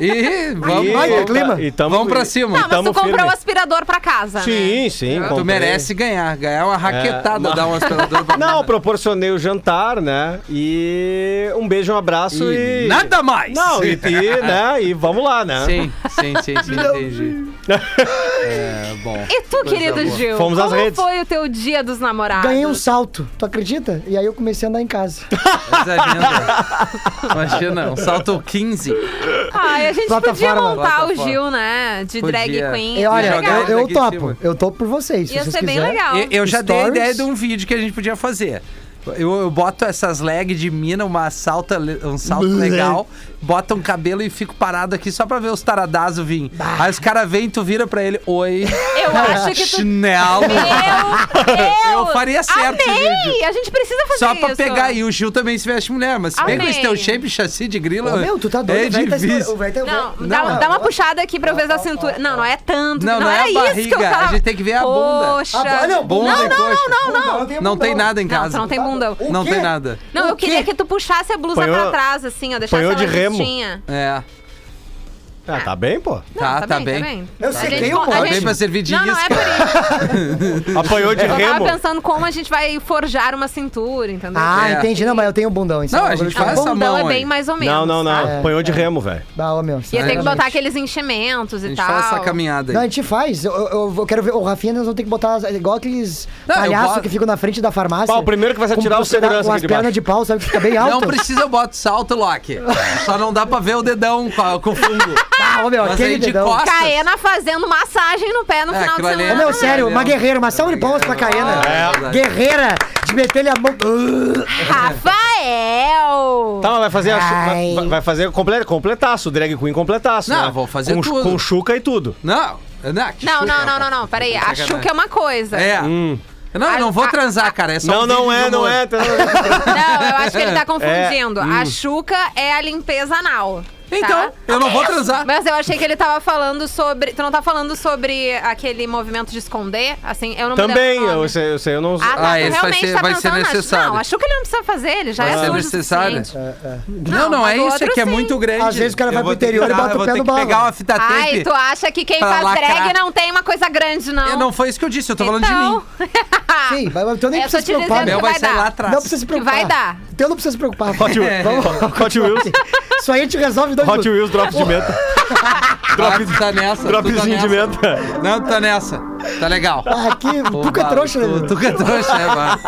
Speaker 4: Ih, vamos,
Speaker 6: E- tá-
Speaker 5: Ai, que clima.
Speaker 6: E tamo,
Speaker 4: vamos pra cima.
Speaker 3: Não, mas
Speaker 6: Então, tamo
Speaker 3: tu comprou
Speaker 6: firme.
Speaker 3: o aspirador pra casa, né?
Speaker 6: Sim, sim.
Speaker 4: Tu
Speaker 6: comprei.
Speaker 4: merece ganhar, ganhar uma raquetada,
Speaker 6: mas-
Speaker 4: dar um aspirador pra
Speaker 6: [laughs] Não, eu proporcionei o jantar, né? E um beijo, um abraço e.
Speaker 4: E nada mais!
Speaker 6: Não, e, e, né? E vamos lá, né?
Speaker 4: Sim, sim, sim, sim, entendi. É, bom.
Speaker 3: E tu, querido
Speaker 4: boa.
Speaker 3: Gil,
Speaker 6: Fomos às
Speaker 3: como
Speaker 6: redes.
Speaker 3: foi o teu dia dos namorados?
Speaker 5: Ganhei um salto, tu acredita? E aí eu comecei a andar em casa.
Speaker 4: Coisa linda. Imagina, um salto 15.
Speaker 3: Ai, a gente podia
Speaker 5: Plataforma.
Speaker 3: montar o
Speaker 4: Plataforma.
Speaker 3: Gil, né? De
Speaker 4: Podia.
Speaker 3: drag queen.
Speaker 5: E olha,
Speaker 3: Legal.
Speaker 5: eu, eu
Speaker 4: Aqui em
Speaker 5: topo.
Speaker 4: cima.
Speaker 5: Eu topo por vocês. se
Speaker 3: Ia
Speaker 5: vocês
Speaker 3: ser bem
Speaker 5: quiserem.
Speaker 3: legal.
Speaker 4: Eu, eu já dei a
Speaker 5: Stories.
Speaker 4: ideia de um vídeo que a gente podia fazer. Eu, eu boto essas lag de mina, uma salta, le- um salto legal, boto um cabelo e fico parado aqui só pra ver os taradazos vir. Aí os caras vêm, tu vira pra ele, oi,
Speaker 3: Eu acho que tu...
Speaker 4: chinelo.
Speaker 3: Meu
Speaker 4: Eu
Speaker 3: Deus!
Speaker 4: faria certo o
Speaker 3: Amei!
Speaker 4: vídeo.
Speaker 3: A gente precisa fazer
Speaker 4: Só
Speaker 3: isso.
Speaker 4: pra pegar aí, o Gil também se veste mulher, mas se bem com esse teu
Speaker 3: Amei.
Speaker 4: shape chassi de grila.
Speaker 5: Ô, meu, tu tá doido.
Speaker 4: É
Speaker 5: o velho tá estourando,
Speaker 4: difícil.
Speaker 5: o velho tá- o
Speaker 3: Não,
Speaker 5: velho-
Speaker 3: dá, um-
Speaker 5: Não,
Speaker 3: dá uma
Speaker 5: ó,
Speaker 3: puxada aqui pra eu ver da cintura. Não, não é tanto.
Speaker 4: Não, não é
Speaker 3: era
Speaker 4: a
Speaker 3: isso que eu
Speaker 4: barriga,
Speaker 3: tava-
Speaker 4: a gente tem que ver a bunda.
Speaker 3: Poxa.
Speaker 5: Ah, olha, a bunda
Speaker 4: e
Speaker 3: não, não,
Speaker 4: coxa.
Speaker 3: não, não, não.
Speaker 5: Bunda,
Speaker 4: Não tem
Speaker 5: bundão.
Speaker 4: nada em
Speaker 3: Não,
Speaker 4: casa.
Speaker 3: tu não tem bundão.
Speaker 5: O
Speaker 4: Não
Speaker 5: quê?
Speaker 4: tem nada.
Speaker 3: Não,
Speaker 5: O
Speaker 3: eu queria
Speaker 5: quê?
Speaker 3: que tu puxasse a blusa
Speaker 6: Apanhou-
Speaker 3: pra trás, assim, ó. Deixasse
Speaker 6: apanhou
Speaker 3: ela
Speaker 6: de remo.
Speaker 3: justinha.
Speaker 4: É.
Speaker 6: Ah, tá bem, pô.
Speaker 4: Tá,
Speaker 3: Não,
Speaker 4: tá bem.
Speaker 5: Eu
Speaker 3: A
Speaker 5: sequei
Speaker 3: gente-
Speaker 5: um
Speaker 3: a
Speaker 4: Tá
Speaker 5: monte.
Speaker 3: gente-
Speaker 4: bem pra servir de
Speaker 3: Não, não é
Speaker 4: isca.
Speaker 3: por isso.
Speaker 6: Apanhou de
Speaker 3: Eu
Speaker 6: remo.
Speaker 3: tava pensando como a gente vai forjar uma cintura, entendeu?
Speaker 5: Ah,
Speaker 4: É.
Speaker 5: entendi. Não, mas eu tenho bundão. Isso
Speaker 4: Não,
Speaker 5: é um
Speaker 4: a gente
Speaker 5: bagulho
Speaker 4: faz
Speaker 3: o
Speaker 5: de-
Speaker 4: essa
Speaker 3: bundão
Speaker 4: mão
Speaker 3: é bem
Speaker 4: aí.
Speaker 3: mais ou menos.
Speaker 6: Não, não, não.
Speaker 3: sabe? É.
Speaker 6: Apanhou de remo, velho.
Speaker 5: Ah, ô, meu.
Speaker 3: Ia ter que botar
Speaker 5: sinceramente.
Speaker 3: aqueles enchimentos
Speaker 4: A
Speaker 3: e
Speaker 4: gente
Speaker 3: tal.
Speaker 4: faz essa caminhada
Speaker 5: Não, a
Speaker 4: aí.
Speaker 5: gente faz. Eu, eu- eu quero ver. O Rafinha, nós vamos ter que botar as- igual aqueles
Speaker 4: Não, eu
Speaker 5: palhaços
Speaker 4: boto-
Speaker 5: que ficam na frente da farmácia.
Speaker 6: Pá, o primeiro que vai se
Speaker 5: com-
Speaker 6: atirar é o
Speaker 5: com-
Speaker 6: segurança
Speaker 5: Com
Speaker 6: aqui
Speaker 5: as
Speaker 6: de
Speaker 5: pernas
Speaker 6: baixo.
Speaker 5: de pau, sabe que fica bem
Speaker 4: Não
Speaker 5: alto.
Speaker 4: precisa, eu boto salto, Loki. Só não dá pra ver o dedão com, a- com o fungo.
Speaker 5: Ah, ô, meu,
Speaker 4: Mas
Speaker 5: aquele
Speaker 4: aí de
Speaker 5: dedão.
Speaker 4: costas.
Speaker 3: Caena fazendo massagem no pé no
Speaker 4: É,
Speaker 3: final de
Speaker 4: aquilo ali
Speaker 5: Ô,
Speaker 3: semana.
Speaker 5: meu,
Speaker 4: Ah,
Speaker 5: sério,
Speaker 4: não.
Speaker 5: uma guerreira, uma salva de palmas pra Caena.
Speaker 4: É.
Speaker 5: Guerreira, de meter-lhe a mão.
Speaker 3: Rafael!
Speaker 4: um
Speaker 6: Tá, mas vai fazer, a chu-
Speaker 5: Ai.
Speaker 6: vai, vai fazer comple- completaço, drag queen completaço.
Speaker 4: Não,
Speaker 6: né?
Speaker 4: vou fazer
Speaker 6: com,
Speaker 4: tudo.
Speaker 6: Com chuca e tudo.
Speaker 4: Não, não, que
Speaker 3: Não,
Speaker 4: chuca,
Speaker 3: não, não,
Speaker 4: cara.
Speaker 3: não, não. Peraí. A
Speaker 4: Sacanagem.
Speaker 3: Xuca é uma coisa.
Speaker 4: É. Não, eu não
Speaker 3: Ah,
Speaker 4: vou transar, cara. É só
Speaker 6: não,
Speaker 4: um
Speaker 6: não
Speaker 4: vídeo de
Speaker 6: é, não
Speaker 4: humor.
Speaker 6: é, tá-
Speaker 3: Não, eu acho que
Speaker 4: [laughs] É.
Speaker 3: ele tá confundindo. A Xuca é a limpeza anal. tá?
Speaker 4: Hum. Então, eu não vou transar.
Speaker 3: Mas eu achei que ele tava falando sobre. Tu não tá falando sobre aquele movimento de esconder? Assim, eu não me lembro
Speaker 6: Também,
Speaker 3: o nome.
Speaker 6: eu sei, eu sei, eu não.
Speaker 3: Ah,
Speaker 4: Ah,
Speaker 3: tá,
Speaker 4: esse
Speaker 3: tu
Speaker 4: vai
Speaker 3: realmente
Speaker 4: ser-
Speaker 3: tá
Speaker 4: vai ser
Speaker 3: pensando na-
Speaker 4: necessário.
Speaker 3: Não, a Xuca ele não precisa fazer, ele já é
Speaker 4: Isso é
Speaker 3: sujo o
Speaker 4: necessário.
Speaker 3: suficiente.
Speaker 4: Não, não,
Speaker 3: Não,
Speaker 4: é
Speaker 3: mas
Speaker 4: isso, é
Speaker 3: outro
Speaker 4: que é
Speaker 3: sim.
Speaker 4: muito grande.
Speaker 5: Às vezes o cara
Speaker 4: Eu
Speaker 5: vai pro
Speaker 4: vou ter
Speaker 5: interior
Speaker 4: que
Speaker 5: e bota
Speaker 4: tirar,
Speaker 5: o
Speaker 4: eu
Speaker 5: pé
Speaker 4: vou ter
Speaker 5: no
Speaker 4: que
Speaker 5: barro.
Speaker 4: pegar uma fita
Speaker 3: Ai,
Speaker 4: tape.
Speaker 3: tu acha que quem
Speaker 4: pra
Speaker 3: faz
Speaker 4: lacrar.
Speaker 3: drag não tem uma coisa grande, não?
Speaker 4: Eu É, não foi isso que eu disse, eu tô falando
Speaker 3: [laughs]
Speaker 4: de
Speaker 3: então...
Speaker 4: mim.
Speaker 5: Sim, mas mas então nem
Speaker 3: É, tô
Speaker 5: precisa se
Speaker 3: te
Speaker 5: preocupar.
Speaker 3: dizendo
Speaker 4: O
Speaker 5: né?
Speaker 4: meu
Speaker 3: que
Speaker 4: vai
Speaker 3: vai
Speaker 4: sair
Speaker 3: dar.
Speaker 4: lá atrás.
Speaker 5: Não precisa se
Speaker 3: Que
Speaker 5: preocupar.
Speaker 3: vai dar.
Speaker 5: Então não precisa se preocupar.
Speaker 6: Hot,
Speaker 4: [laughs]
Speaker 5: Rafinha.
Speaker 4: É.
Speaker 6: Wheels, Hot Wheels,
Speaker 5: [laughs] Isso aí a gente resolve em dois
Speaker 6: Hot
Speaker 5: minutos.
Speaker 6: Wheels, drop de menta.
Speaker 4: Ah, tu tá nessa. tu tá
Speaker 6: Dropzinho
Speaker 4: nessa.
Speaker 6: de menta.
Speaker 4: Não, tu tá nessa. Tá legal.
Speaker 5: Ah, que
Speaker 4: Ô,
Speaker 5: Tuca é
Speaker 4: Bala,
Speaker 5: trouxa, né?
Speaker 4: tu-
Speaker 5: meu?
Speaker 4: Tuca é trouxa, é, mano.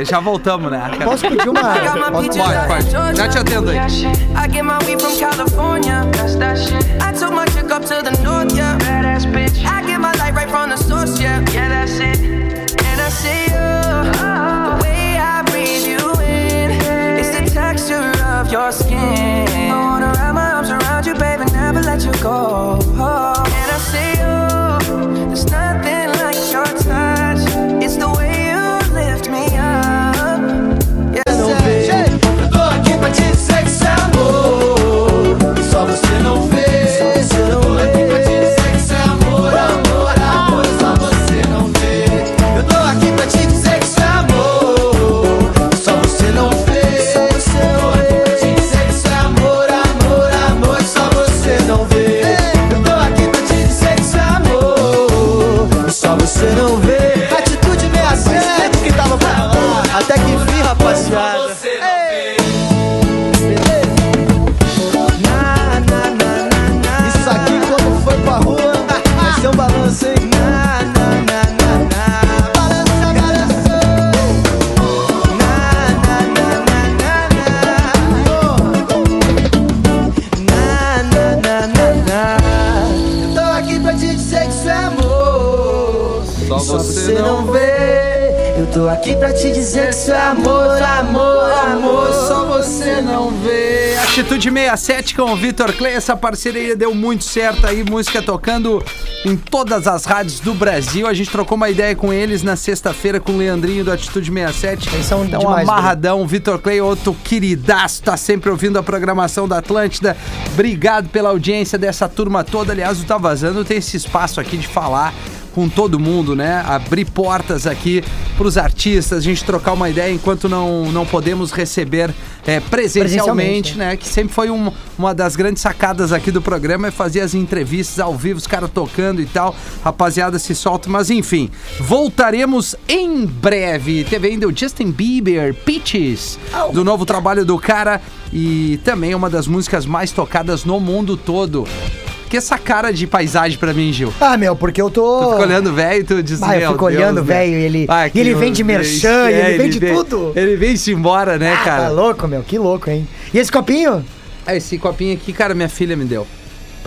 Speaker 4: É, já voltamos, né? cara?
Speaker 5: Posso pedir uma... Posso...
Speaker 4: Pode, pode. Já te atendo aí.
Speaker 7: I get my weed from California. That's that shit. I took my chick up to the north, yeah. Badass bitch. I get my light right from the source, yeah. Yeah, that's it. Uh-huh. And I see you. The way I breathe you in is the texture of your skin. I wanna wrap my arms around you, baby, never let you go. And I see you. There's nothing like your touch. It's the way you lift me up. Yes, sir.
Speaker 8: Tô aqui pra te dizer que cê é amor. Só você não vê. Tô aqui pra te dizer que cê é amor, amor, amor. Só você não vê. Eu tô aqui pra te dizer que cê é amor. Só você não vê. Tô aqui pra te dizer que cê é amor, amor, amor. Só você não vê. Eu tô aqui pra te dizer que cê é amor. Só você não vê. Atitude meia sempre que tava pra lá. Até que enfim, rapaziada. Isso aqui quando foi pra rua Vai ser um balanço, hein? Na, na, na, na, na Balança, balança Na, na, na, na, na, na Na, na, na, na, na Eu tô aqui pra te dizer que isso é amor
Speaker 4: Só você não
Speaker 8: vê Eu tô aqui pra te dizer que isso é amor, amor, amor Só você não vê
Speaker 4: Atitude 67 com o Vitor Clay. Essa parceria deu muito certo aí. Música tocando em todas as rádios do Brasil. A gente trocou uma ideia com eles na sexta-feira com o Leandrinho do Atitude 67.
Speaker 5: Eles são
Speaker 4: então,
Speaker 5: demais,
Speaker 4: amarradão. Vitor Clay, outro queridaço, tá sempre ouvindo a programação da Atlântida. Obrigado pela audiência dessa turma toda. Aliás, o Tá Vazando tem esse espaço aqui de falar com todo mundo, né? Abrir portas aqui pros artistas, a gente trocar uma ideia enquanto não, não podemos receber é, presencialmente,
Speaker 5: Presencialmente,
Speaker 4: né? né, Que sempre foi um- uma das grandes sacadas aqui do programa é fazer as entrevistas ao vivo, os caras tocando e tal. Rapaziada, se solta, mas enfim. Voltaremos em breve. Teve ainda o Justin Bieber, Peaches, do novo trabalho do cara e também é uma das músicas mais tocadas no mundo todo. Que essa cara de paisagem pra mim, Gil.
Speaker 5: Ah, meu, porque eu tô...
Speaker 4: Tu fica olhando o velho e tu diz,
Speaker 5: Ah, eu
Speaker 4: "Meu
Speaker 5: fico
Speaker 4: Deus,
Speaker 5: olhando o
Speaker 4: né?"
Speaker 5: velho e ele-
Speaker 4: Ah,
Speaker 5: e
Speaker 4: que
Speaker 5: ele vende merchan,
Speaker 4: é,
Speaker 5: e ele vende tudo.
Speaker 4: Ele vende-se embora, né,
Speaker 5: Ah,
Speaker 4: cara?
Speaker 5: Tá louco, meu, que louco, hein? E esse copinho?
Speaker 4: É Esse copinho aqui, cara, minha filha me deu.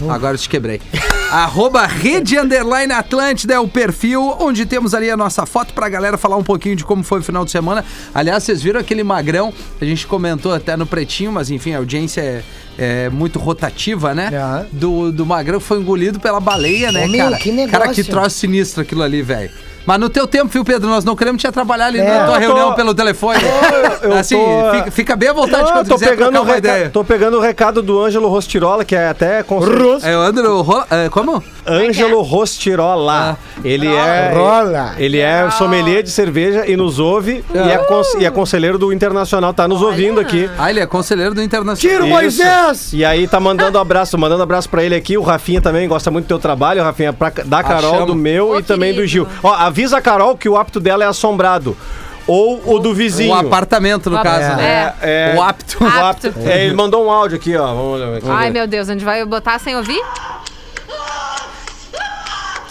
Speaker 4: Agora eu te quebrei. [laughs] Arroba Rede Underline Atlântida é o perfil onde temos ali a nossa foto pra galera falar um pouquinho de como foi o final de semana. Aliás, vocês viram aquele magrão, a gente comentou até no pretinho, mas enfim, a audiência é, é muito rotativa, né?
Speaker 5: Aham.
Speaker 4: Do, do magrão que foi engolido pela baleia, né,
Speaker 5: É. Ô, meu,
Speaker 4: cara?
Speaker 5: que negócio.
Speaker 4: Cara, que troço sinistro aquilo ali, velho. Mas no teu tempo, viu, Pedro? Nós não queremos te atrapalhar ali
Speaker 5: É.
Speaker 4: na
Speaker 5: Eu
Speaker 4: tua
Speaker 5: tô-
Speaker 4: reunião pelo telefone.
Speaker 6: eu
Speaker 4: assim,
Speaker 6: tô-
Speaker 4: fica, fica bem à vontade
Speaker 6: Não,
Speaker 4: quando
Speaker 6: tô,
Speaker 4: quiser
Speaker 6: pegando
Speaker 4: trocar
Speaker 6: o
Speaker 4: uma
Speaker 6: recado,
Speaker 4: ideia.
Speaker 6: tô pegando o recado do Ângelo Rostirola, que é até. Cons...
Speaker 4: É o Andro... Ro- é, Ah. como?
Speaker 6: Ângelo Rostirola. Ele é.
Speaker 5: Rola.
Speaker 6: Ele é sommelier de cerveja e nos ouve. E, é cons- e é conselheiro do Internacional. Tá nos ouvindo aqui.
Speaker 4: Ah, ele é conselheiro do Internacional.
Speaker 5: Tira o
Speaker 6: Isso.
Speaker 5: Moisés!
Speaker 6: E aí tá mandando abraço, mandando abraço pra ele aqui. O Rafinha também gosta muito do teu trabalho, Rafinha, pra- da Carol,
Speaker 4: Achamos.
Speaker 6: do meu
Speaker 3: Ô,
Speaker 6: e também do
Speaker 3: querido.
Speaker 6: Gil. Ó, avisa a Carol que o apto dela é assombrado. Ou o do vizinho.
Speaker 4: O apartamento, no
Speaker 3: O
Speaker 4: caso,
Speaker 3: apto.
Speaker 4: né?
Speaker 6: É,
Speaker 4: O
Speaker 3: [laughs]
Speaker 4: apto.
Speaker 6: O
Speaker 3: Apto.
Speaker 6: apto. É, ele mandou um áudio aqui, ó. Vamos olhar aqui.
Speaker 3: Ai, meu Deus, a gente vai botar sem ouvir?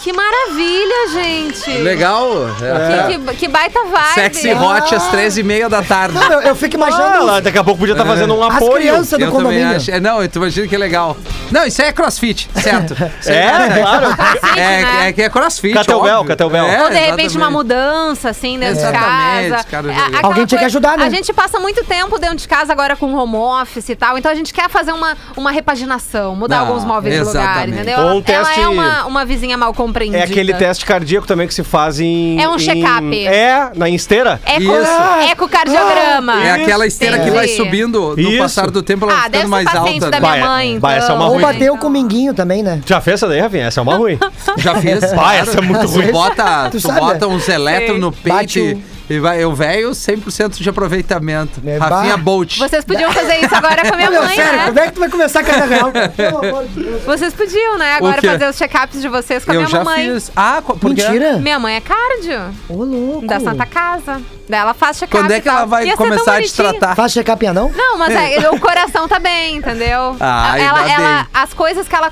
Speaker 3: Que maravilha, gente!
Speaker 4: Legal. É.
Speaker 3: Que, né? que- que baita vibe!
Speaker 4: Sexy Hot às 13h30 da tarde.
Speaker 5: Cara, eu
Speaker 6: Ah,
Speaker 5: fico imaginando
Speaker 6: lá, daqui a pouco podia estar
Speaker 4: É.
Speaker 6: fazendo um
Speaker 5: as
Speaker 6: apoio.
Speaker 5: crianças do
Speaker 4: Eu também
Speaker 5: condomínio.
Speaker 4: acho. É, não, tu imagina que é legal. Não, isso aí é crossfit, certo. Isso aí
Speaker 6: [laughs] É, claro.
Speaker 3: Cacete,
Speaker 4: É,
Speaker 3: né?
Speaker 4: é que é crossfit.
Speaker 6: Kettlebell,
Speaker 4: óbvio.
Speaker 6: kettlebell.
Speaker 4: É,
Speaker 3: Ou de repente
Speaker 4: exatamente.
Speaker 3: uma mudança, assim, dentro
Speaker 4: Exatamente,
Speaker 3: de casa.
Speaker 4: cara,
Speaker 3: É,
Speaker 4: joguei.
Speaker 3: aquela
Speaker 5: Alguém tinha que
Speaker 3: coisa-
Speaker 5: ajudar, né?
Speaker 3: A gente passa muito tempo dentro de casa agora com home office e tal, então a gente quer fazer uma, uma repaginação, mudar
Speaker 4: Ah,
Speaker 3: alguns móveis de lugar,
Speaker 4: exatamente.
Speaker 3: entendeu?
Speaker 6: Ou um
Speaker 3: Ela, ela
Speaker 6: teste-
Speaker 3: é uma, uma vizinha mal compreendida.
Speaker 6: É aquele teste cardíaco também que se faz em.
Speaker 3: É um
Speaker 6: em-
Speaker 3: check-up.
Speaker 6: É, na esteira.
Speaker 3: Eco,
Speaker 4: Isso.
Speaker 6: Ah,
Speaker 3: ecocardiograma.
Speaker 4: É aquela esteira que
Speaker 3: Entendi.
Speaker 4: vai subindo no
Speaker 6: Isso.
Speaker 4: passar do tempo, ela
Speaker 3: Ah,
Speaker 4: vai
Speaker 3: deve
Speaker 4: ficando
Speaker 3: ser
Speaker 4: mais
Speaker 3: paciente da
Speaker 4: alta. né?
Speaker 3: minha
Speaker 6: Vai,
Speaker 3: mãe.
Speaker 6: vai, essa é uma
Speaker 5: Ou
Speaker 6: ruim.
Speaker 5: bateu com o minguinho também, né?
Speaker 6: Já fez essa daí, Rafinha? Essa é uma ruim. [laughs]
Speaker 4: Já fiz.
Speaker 6: Pá, essa é muito
Speaker 4: tu
Speaker 6: ruim.
Speaker 4: Bota, tu
Speaker 5: Tu sabe?
Speaker 4: bota uns elétrons no peito
Speaker 5: Bate
Speaker 4: e-
Speaker 5: um-
Speaker 4: e vai. Eu velho, 100% de aproveitamento.
Speaker 5: É,
Speaker 4: Rafinha
Speaker 5: bah.
Speaker 4: Bolt.
Speaker 3: Vocês podiam fazer isso agora com a minha
Speaker 5: Meu,
Speaker 3: mãe,
Speaker 5: sério,
Speaker 3: né?
Speaker 5: como é que tu vai começar a
Speaker 4: [laughs]
Speaker 5: casa real? Pelo amor de Deus.
Speaker 3: Vocês podiam, né?
Speaker 4: O
Speaker 3: Agora
Speaker 4: quê?
Speaker 3: fazer os check-ups de vocês com a
Speaker 4: Eu
Speaker 3: minha
Speaker 4: já
Speaker 3: mamãe.
Speaker 4: fiz. Ah, co- porque...
Speaker 5: Mentira?
Speaker 3: Minha mãe é cardio,
Speaker 5: Ô, louco.
Speaker 3: da Santa Casa. Daí ela faz check-up.
Speaker 4: Quando é
Speaker 3: e
Speaker 4: que ela
Speaker 3: tal. Ia
Speaker 4: vai
Speaker 3: ser tão
Speaker 4: começar a te
Speaker 3: bonitinho.
Speaker 4: tratar?
Speaker 5: Faz check-up em anão?
Speaker 3: Não, mas
Speaker 4: [laughs]
Speaker 3: é, o coração tá bem, entendeu?
Speaker 4: Ah, ainda
Speaker 3: ela,
Speaker 4: bem.
Speaker 3: ela- as coisas que ela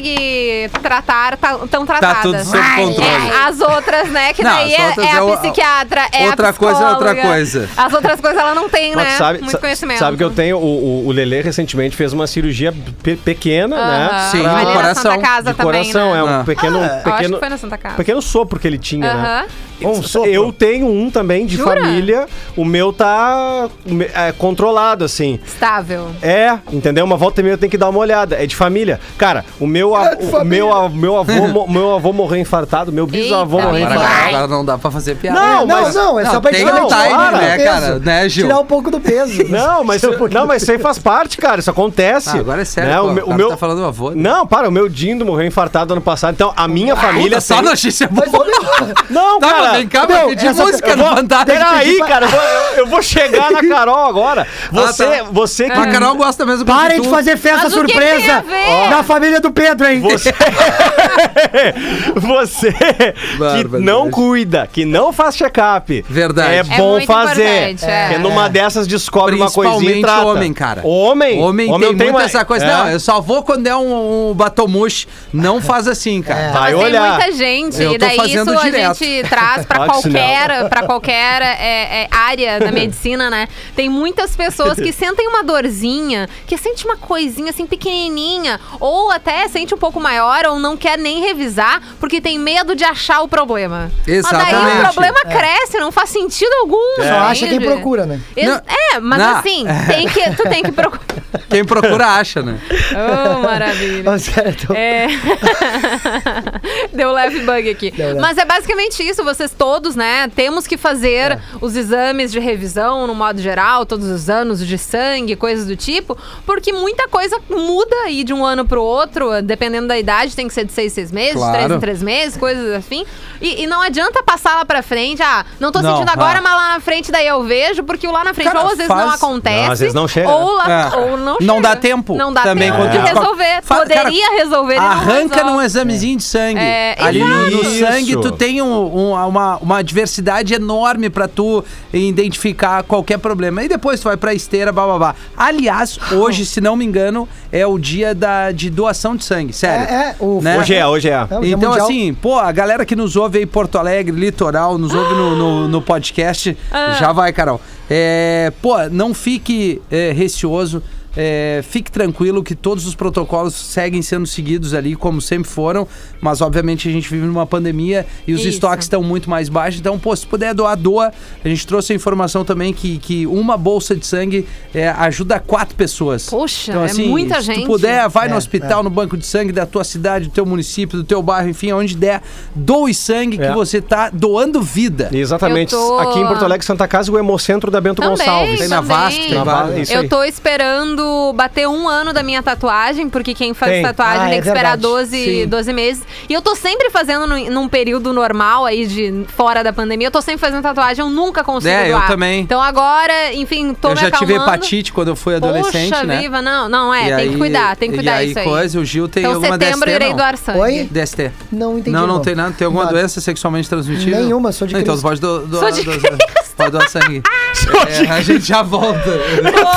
Speaker 3: consegue tratar estão tratadas.
Speaker 4: Tá tudo sob controle.
Speaker 3: É, as outras, né? Que
Speaker 4: Não,
Speaker 3: daí
Speaker 4: as
Speaker 3: é,
Speaker 4: outras
Speaker 3: é
Speaker 4: é o-
Speaker 3: a psiquiatra, é
Speaker 4: outra
Speaker 3: a
Speaker 4: coisa é outra
Speaker 3: psicóloga.
Speaker 4: coisa.
Speaker 3: As outras coisas ela não tem,
Speaker 6: Mas
Speaker 3: né?
Speaker 6: sabe,
Speaker 3: Muito
Speaker 6: sa-
Speaker 3: conhecimento.
Speaker 6: sabe que eu tenho. O, o, o Lelê recentemente fez uma cirurgia pe- pequena, né?
Speaker 3: Aham.
Speaker 4: Sim,
Speaker 6: pra-
Speaker 3: Ali na
Speaker 4: coração,
Speaker 3: Santa Casa
Speaker 6: de
Speaker 3: também,
Speaker 6: coração.
Speaker 3: né?
Speaker 6: É um
Speaker 4: Ah.
Speaker 6: pequeno.
Speaker 3: Eu acho
Speaker 6: pequeno
Speaker 3: que foi na Santa Casa.
Speaker 6: Pequeno sopro que ele tinha, né?
Speaker 3: Aham.
Speaker 6: Um sopro. Eu tenho um também de
Speaker 3: Jura?
Speaker 6: família. O meu tá o me- é, controlado, assim.
Speaker 3: Estável.
Speaker 6: É, entendeu? Uma volta e meia eu tenho que dar uma olhada. É de família. Cara, o
Speaker 4: É
Speaker 6: meu, a- o meu, a- meu,
Speaker 4: [laughs]
Speaker 6: avô, mo- meu avô morreu infartado, meu bisavô
Speaker 3: Eita,
Speaker 6: morreu
Speaker 3: meu
Speaker 4: Agora,
Speaker 6: infartado.
Speaker 3: Vai.
Speaker 4: agora não dá pra fazer piada.
Speaker 6: Não,
Speaker 5: Não,
Speaker 6: mas-
Speaker 5: não, é
Speaker 4: não,
Speaker 5: só pra
Speaker 4: tem
Speaker 5: tirar
Speaker 6: um
Speaker 5: um
Speaker 6: timing,
Speaker 5: pouco do
Speaker 6: né,
Speaker 5: peso.
Speaker 4: cara, né, Gil?
Speaker 5: Tirar um pouco do
Speaker 4: [laughs]
Speaker 5: peso.
Speaker 6: Não, mas, não, mas isso aí faz parte, cara. Isso acontece.
Speaker 4: Ah, agora é sério,
Speaker 6: Né?
Speaker 4: pô,
Speaker 6: o, meu,
Speaker 4: o
Speaker 6: o
Speaker 4: cara
Speaker 6: meu-
Speaker 4: tá falando do avô, né?
Speaker 6: Não, para, o meu Dindo morreu infartado ano passado. Então, a minha família.
Speaker 4: Puta, só
Speaker 6: tem-
Speaker 4: notícia boa.
Speaker 5: Mas, ô,
Speaker 6: [laughs]
Speaker 5: meu,
Speaker 6: Não,
Speaker 4: Tá,
Speaker 6: cara.
Speaker 4: mas é vem cá,
Speaker 5: não,
Speaker 4: vai pedir
Speaker 5: essa-
Speaker 4: música
Speaker 6: eu
Speaker 4: no
Speaker 6: vou-
Speaker 4: Fantástico.
Speaker 6: Peraí, cara, eu vou, eu- eu vou chegar na Carol agora.
Speaker 4: [laughs]
Speaker 6: Você,
Speaker 4: Ah, tá.
Speaker 6: você
Speaker 3: É.
Speaker 6: que.
Speaker 4: A Carol gosta mesmo que
Speaker 5: Parem
Speaker 4: tu.
Speaker 5: de fazer festa
Speaker 3: Mas o que tem a
Speaker 5: surpresa
Speaker 3: ver?
Speaker 5: da família do Pedro,
Speaker 4: [laughs]
Speaker 5: hein?
Speaker 6: Você, você que
Speaker 4: Barbaridade.
Speaker 6: não cuida, que não faz check-up.
Speaker 4: Verdade.
Speaker 6: É
Speaker 4: É
Speaker 6: bom
Speaker 3: muito
Speaker 6: fazer.
Speaker 3: importante, é.
Speaker 6: Porque numa dessas descobre uma coisinha e
Speaker 4: Principalmente
Speaker 6: trata.
Speaker 4: homem, cara.
Speaker 6: Homem?
Speaker 4: Homem, tem, muito
Speaker 6: uma-
Speaker 4: essa coisa.
Speaker 6: É.
Speaker 4: Não, eu só vou quando é um, um batomush. Não faz assim, cara.
Speaker 6: Vai
Speaker 3: Mas
Speaker 6: olhar.
Speaker 3: tem muita gente,
Speaker 4: Eu
Speaker 3: e
Speaker 4: tô
Speaker 3: daí isso
Speaker 4: fazendo direto.
Speaker 3: a gente traz pra
Speaker 6: Claro que
Speaker 3: qualquer, pra qualquer é, é, área da medicina, né? Tem muitas pessoas que sentem uma dorzinha, que sente uma coisinha assim pequenininha, ou até sente um pouco maior, ou não quer nem revisar, porque tem medo de achar o problema. Mas daí
Speaker 4: Exatamente.
Speaker 3: o problema cresce, não faz sentido algum.
Speaker 5: Só acha
Speaker 3: entende?
Speaker 5: quem procura, né?
Speaker 3: Ex-
Speaker 4: Não.
Speaker 3: É, mas
Speaker 4: Não.
Speaker 3: assim, tem que, tu tem que procurar.
Speaker 4: Quem procura acha, né?
Speaker 3: Oh, maravilha.
Speaker 5: Os caras tão-
Speaker 3: É. [laughs] Deu um leve bug aqui.
Speaker 5: Deu leve.
Speaker 3: Mas é basicamente isso, vocês todos, né? Temos que
Speaker 4: É.
Speaker 3: fazer os exames de revisão, no modo geral, todos os anos de sangue, coisas do tipo, porque muita coisa muda aí de um ano pro outro, dependendo da idade, tem que ser de seis, em seis meses,
Speaker 4: Claro.
Speaker 3: de três em três meses, coisas assim. E, e não adianta passar lá pra frente, ah, não tô
Speaker 4: Não,
Speaker 3: sentindo
Speaker 4: ah.
Speaker 3: agora, mas lá na frente daí eu vejo, porque o lá na frente
Speaker 4: Cara,
Speaker 3: ou às vezes não
Speaker 4: faz-
Speaker 3: acontece,
Speaker 6: Não, às vezes não
Speaker 3: [laughs]
Speaker 6: chega, né?
Speaker 3: ou, lá,
Speaker 4: É.
Speaker 3: ou não
Speaker 4: Não
Speaker 3: chega.
Speaker 4: dá tempo
Speaker 3: Não dá
Speaker 4: também
Speaker 3: tempo
Speaker 4: quando
Speaker 3: de
Speaker 4: tu-
Speaker 3: resolver.
Speaker 4: Fa- cara,
Speaker 3: Poderia resolver, ele não
Speaker 4: Arranca
Speaker 3: resolve.
Speaker 4: num examezinho de sangue.
Speaker 3: É,
Speaker 4: Ali no, no
Speaker 6: exato.
Speaker 4: sangue tu
Speaker 6: Isso.
Speaker 4: tem um- um- uma, uma diversidade enorme pra tu identificar qualquer problema. E depois tu vai pra esteira, bababá. Aliás, hoje, se não me engano, é o dia da, de doação de sangue, sério. Né?
Speaker 5: É, é, o-
Speaker 6: Hoje é, hoje é.
Speaker 5: É o dia
Speaker 4: Então,
Speaker 5: mundial.
Speaker 4: assim, pô, a galera que nos ouve aí em Porto Alegre, litoral, nos ouve no, no, no
Speaker 3: Ah.
Speaker 4: podcast, já vai, Carol. É, pô, não fique é, receoso. é, fique tranquilo que todos os protocolos seguem sendo seguidos ali, como sempre foram, mas obviamente a gente vive numa pandemia e os
Speaker 3: Isso.
Speaker 4: estoques estão muito mais baixos. Então, pô, se puder doar, doa. A gente trouxe a informação também que, que uma bolsa de sangue é, ajuda quatro pessoas. Então, assim,
Speaker 3: Poxa, é muita
Speaker 4: se
Speaker 3: gente.
Speaker 4: tu puder, vai no
Speaker 5: É,
Speaker 4: hospital, no banco de sangue da tua cidade, do teu município, do teu bairro, enfim, aonde der, doe sangue
Speaker 6: É.
Speaker 4: que você tá doando vida.
Speaker 6: Exatamente.
Speaker 3: Eu tô-
Speaker 6: Aqui em Porto Alegre, Santa Casa, o Hemocentro da Bento
Speaker 3: Também,
Speaker 6: Gonçalves.
Speaker 4: Tem na
Speaker 3: também.
Speaker 4: Vasco, tem
Speaker 6: Na
Speaker 4: várias.
Speaker 6: Vasco, isso aí.
Speaker 3: Eu tô esperando bater um ano da minha tatuagem, porque quem faz
Speaker 6: Tem.
Speaker 3: tatuagem
Speaker 5: Ah,
Speaker 3: tem
Speaker 5: é
Speaker 3: que esperar
Speaker 5: verdade.
Speaker 3: 12,
Speaker 4: Sim.
Speaker 3: 12 meses. E eu tô sempre fazendo num, num período normal aí, de fora da pandemia, eu tô sempre fazendo tatuagem, eu nunca consigo
Speaker 4: É, eu
Speaker 3: doar.
Speaker 4: também.
Speaker 3: Então agora, enfim, tô
Speaker 4: eu
Speaker 3: me
Speaker 4: já tive
Speaker 3: acalmando.
Speaker 4: hepatite quando eu fui adolescente,
Speaker 3: Poxa
Speaker 4: né?
Speaker 3: viva, não, não, é,
Speaker 4: E
Speaker 3: tem que
Speaker 4: aí-
Speaker 3: cuidar, tem que
Speaker 4: e
Speaker 3: cuidar
Speaker 4: aí
Speaker 3: isso aí.
Speaker 4: Coisa, o Gil tem
Speaker 3: então
Speaker 4: alguma
Speaker 3: setembro
Speaker 4: DST,
Speaker 3: eu irei
Speaker 4: não?
Speaker 3: doar sangue.
Speaker 5: Oi?
Speaker 4: DST.
Speaker 5: Não entendi.
Speaker 4: Não, não tem nada. Tem alguma
Speaker 5: Nada.
Speaker 4: doença sexualmente transmitível?
Speaker 5: Nenhuma, sou de
Speaker 4: Não, Então
Speaker 5: Cristo.
Speaker 4: você pode do- doar,
Speaker 3: Sou de
Speaker 4: doar sangue. Pode doar sangue. É, a gente
Speaker 3: [laughs]
Speaker 4: já volta.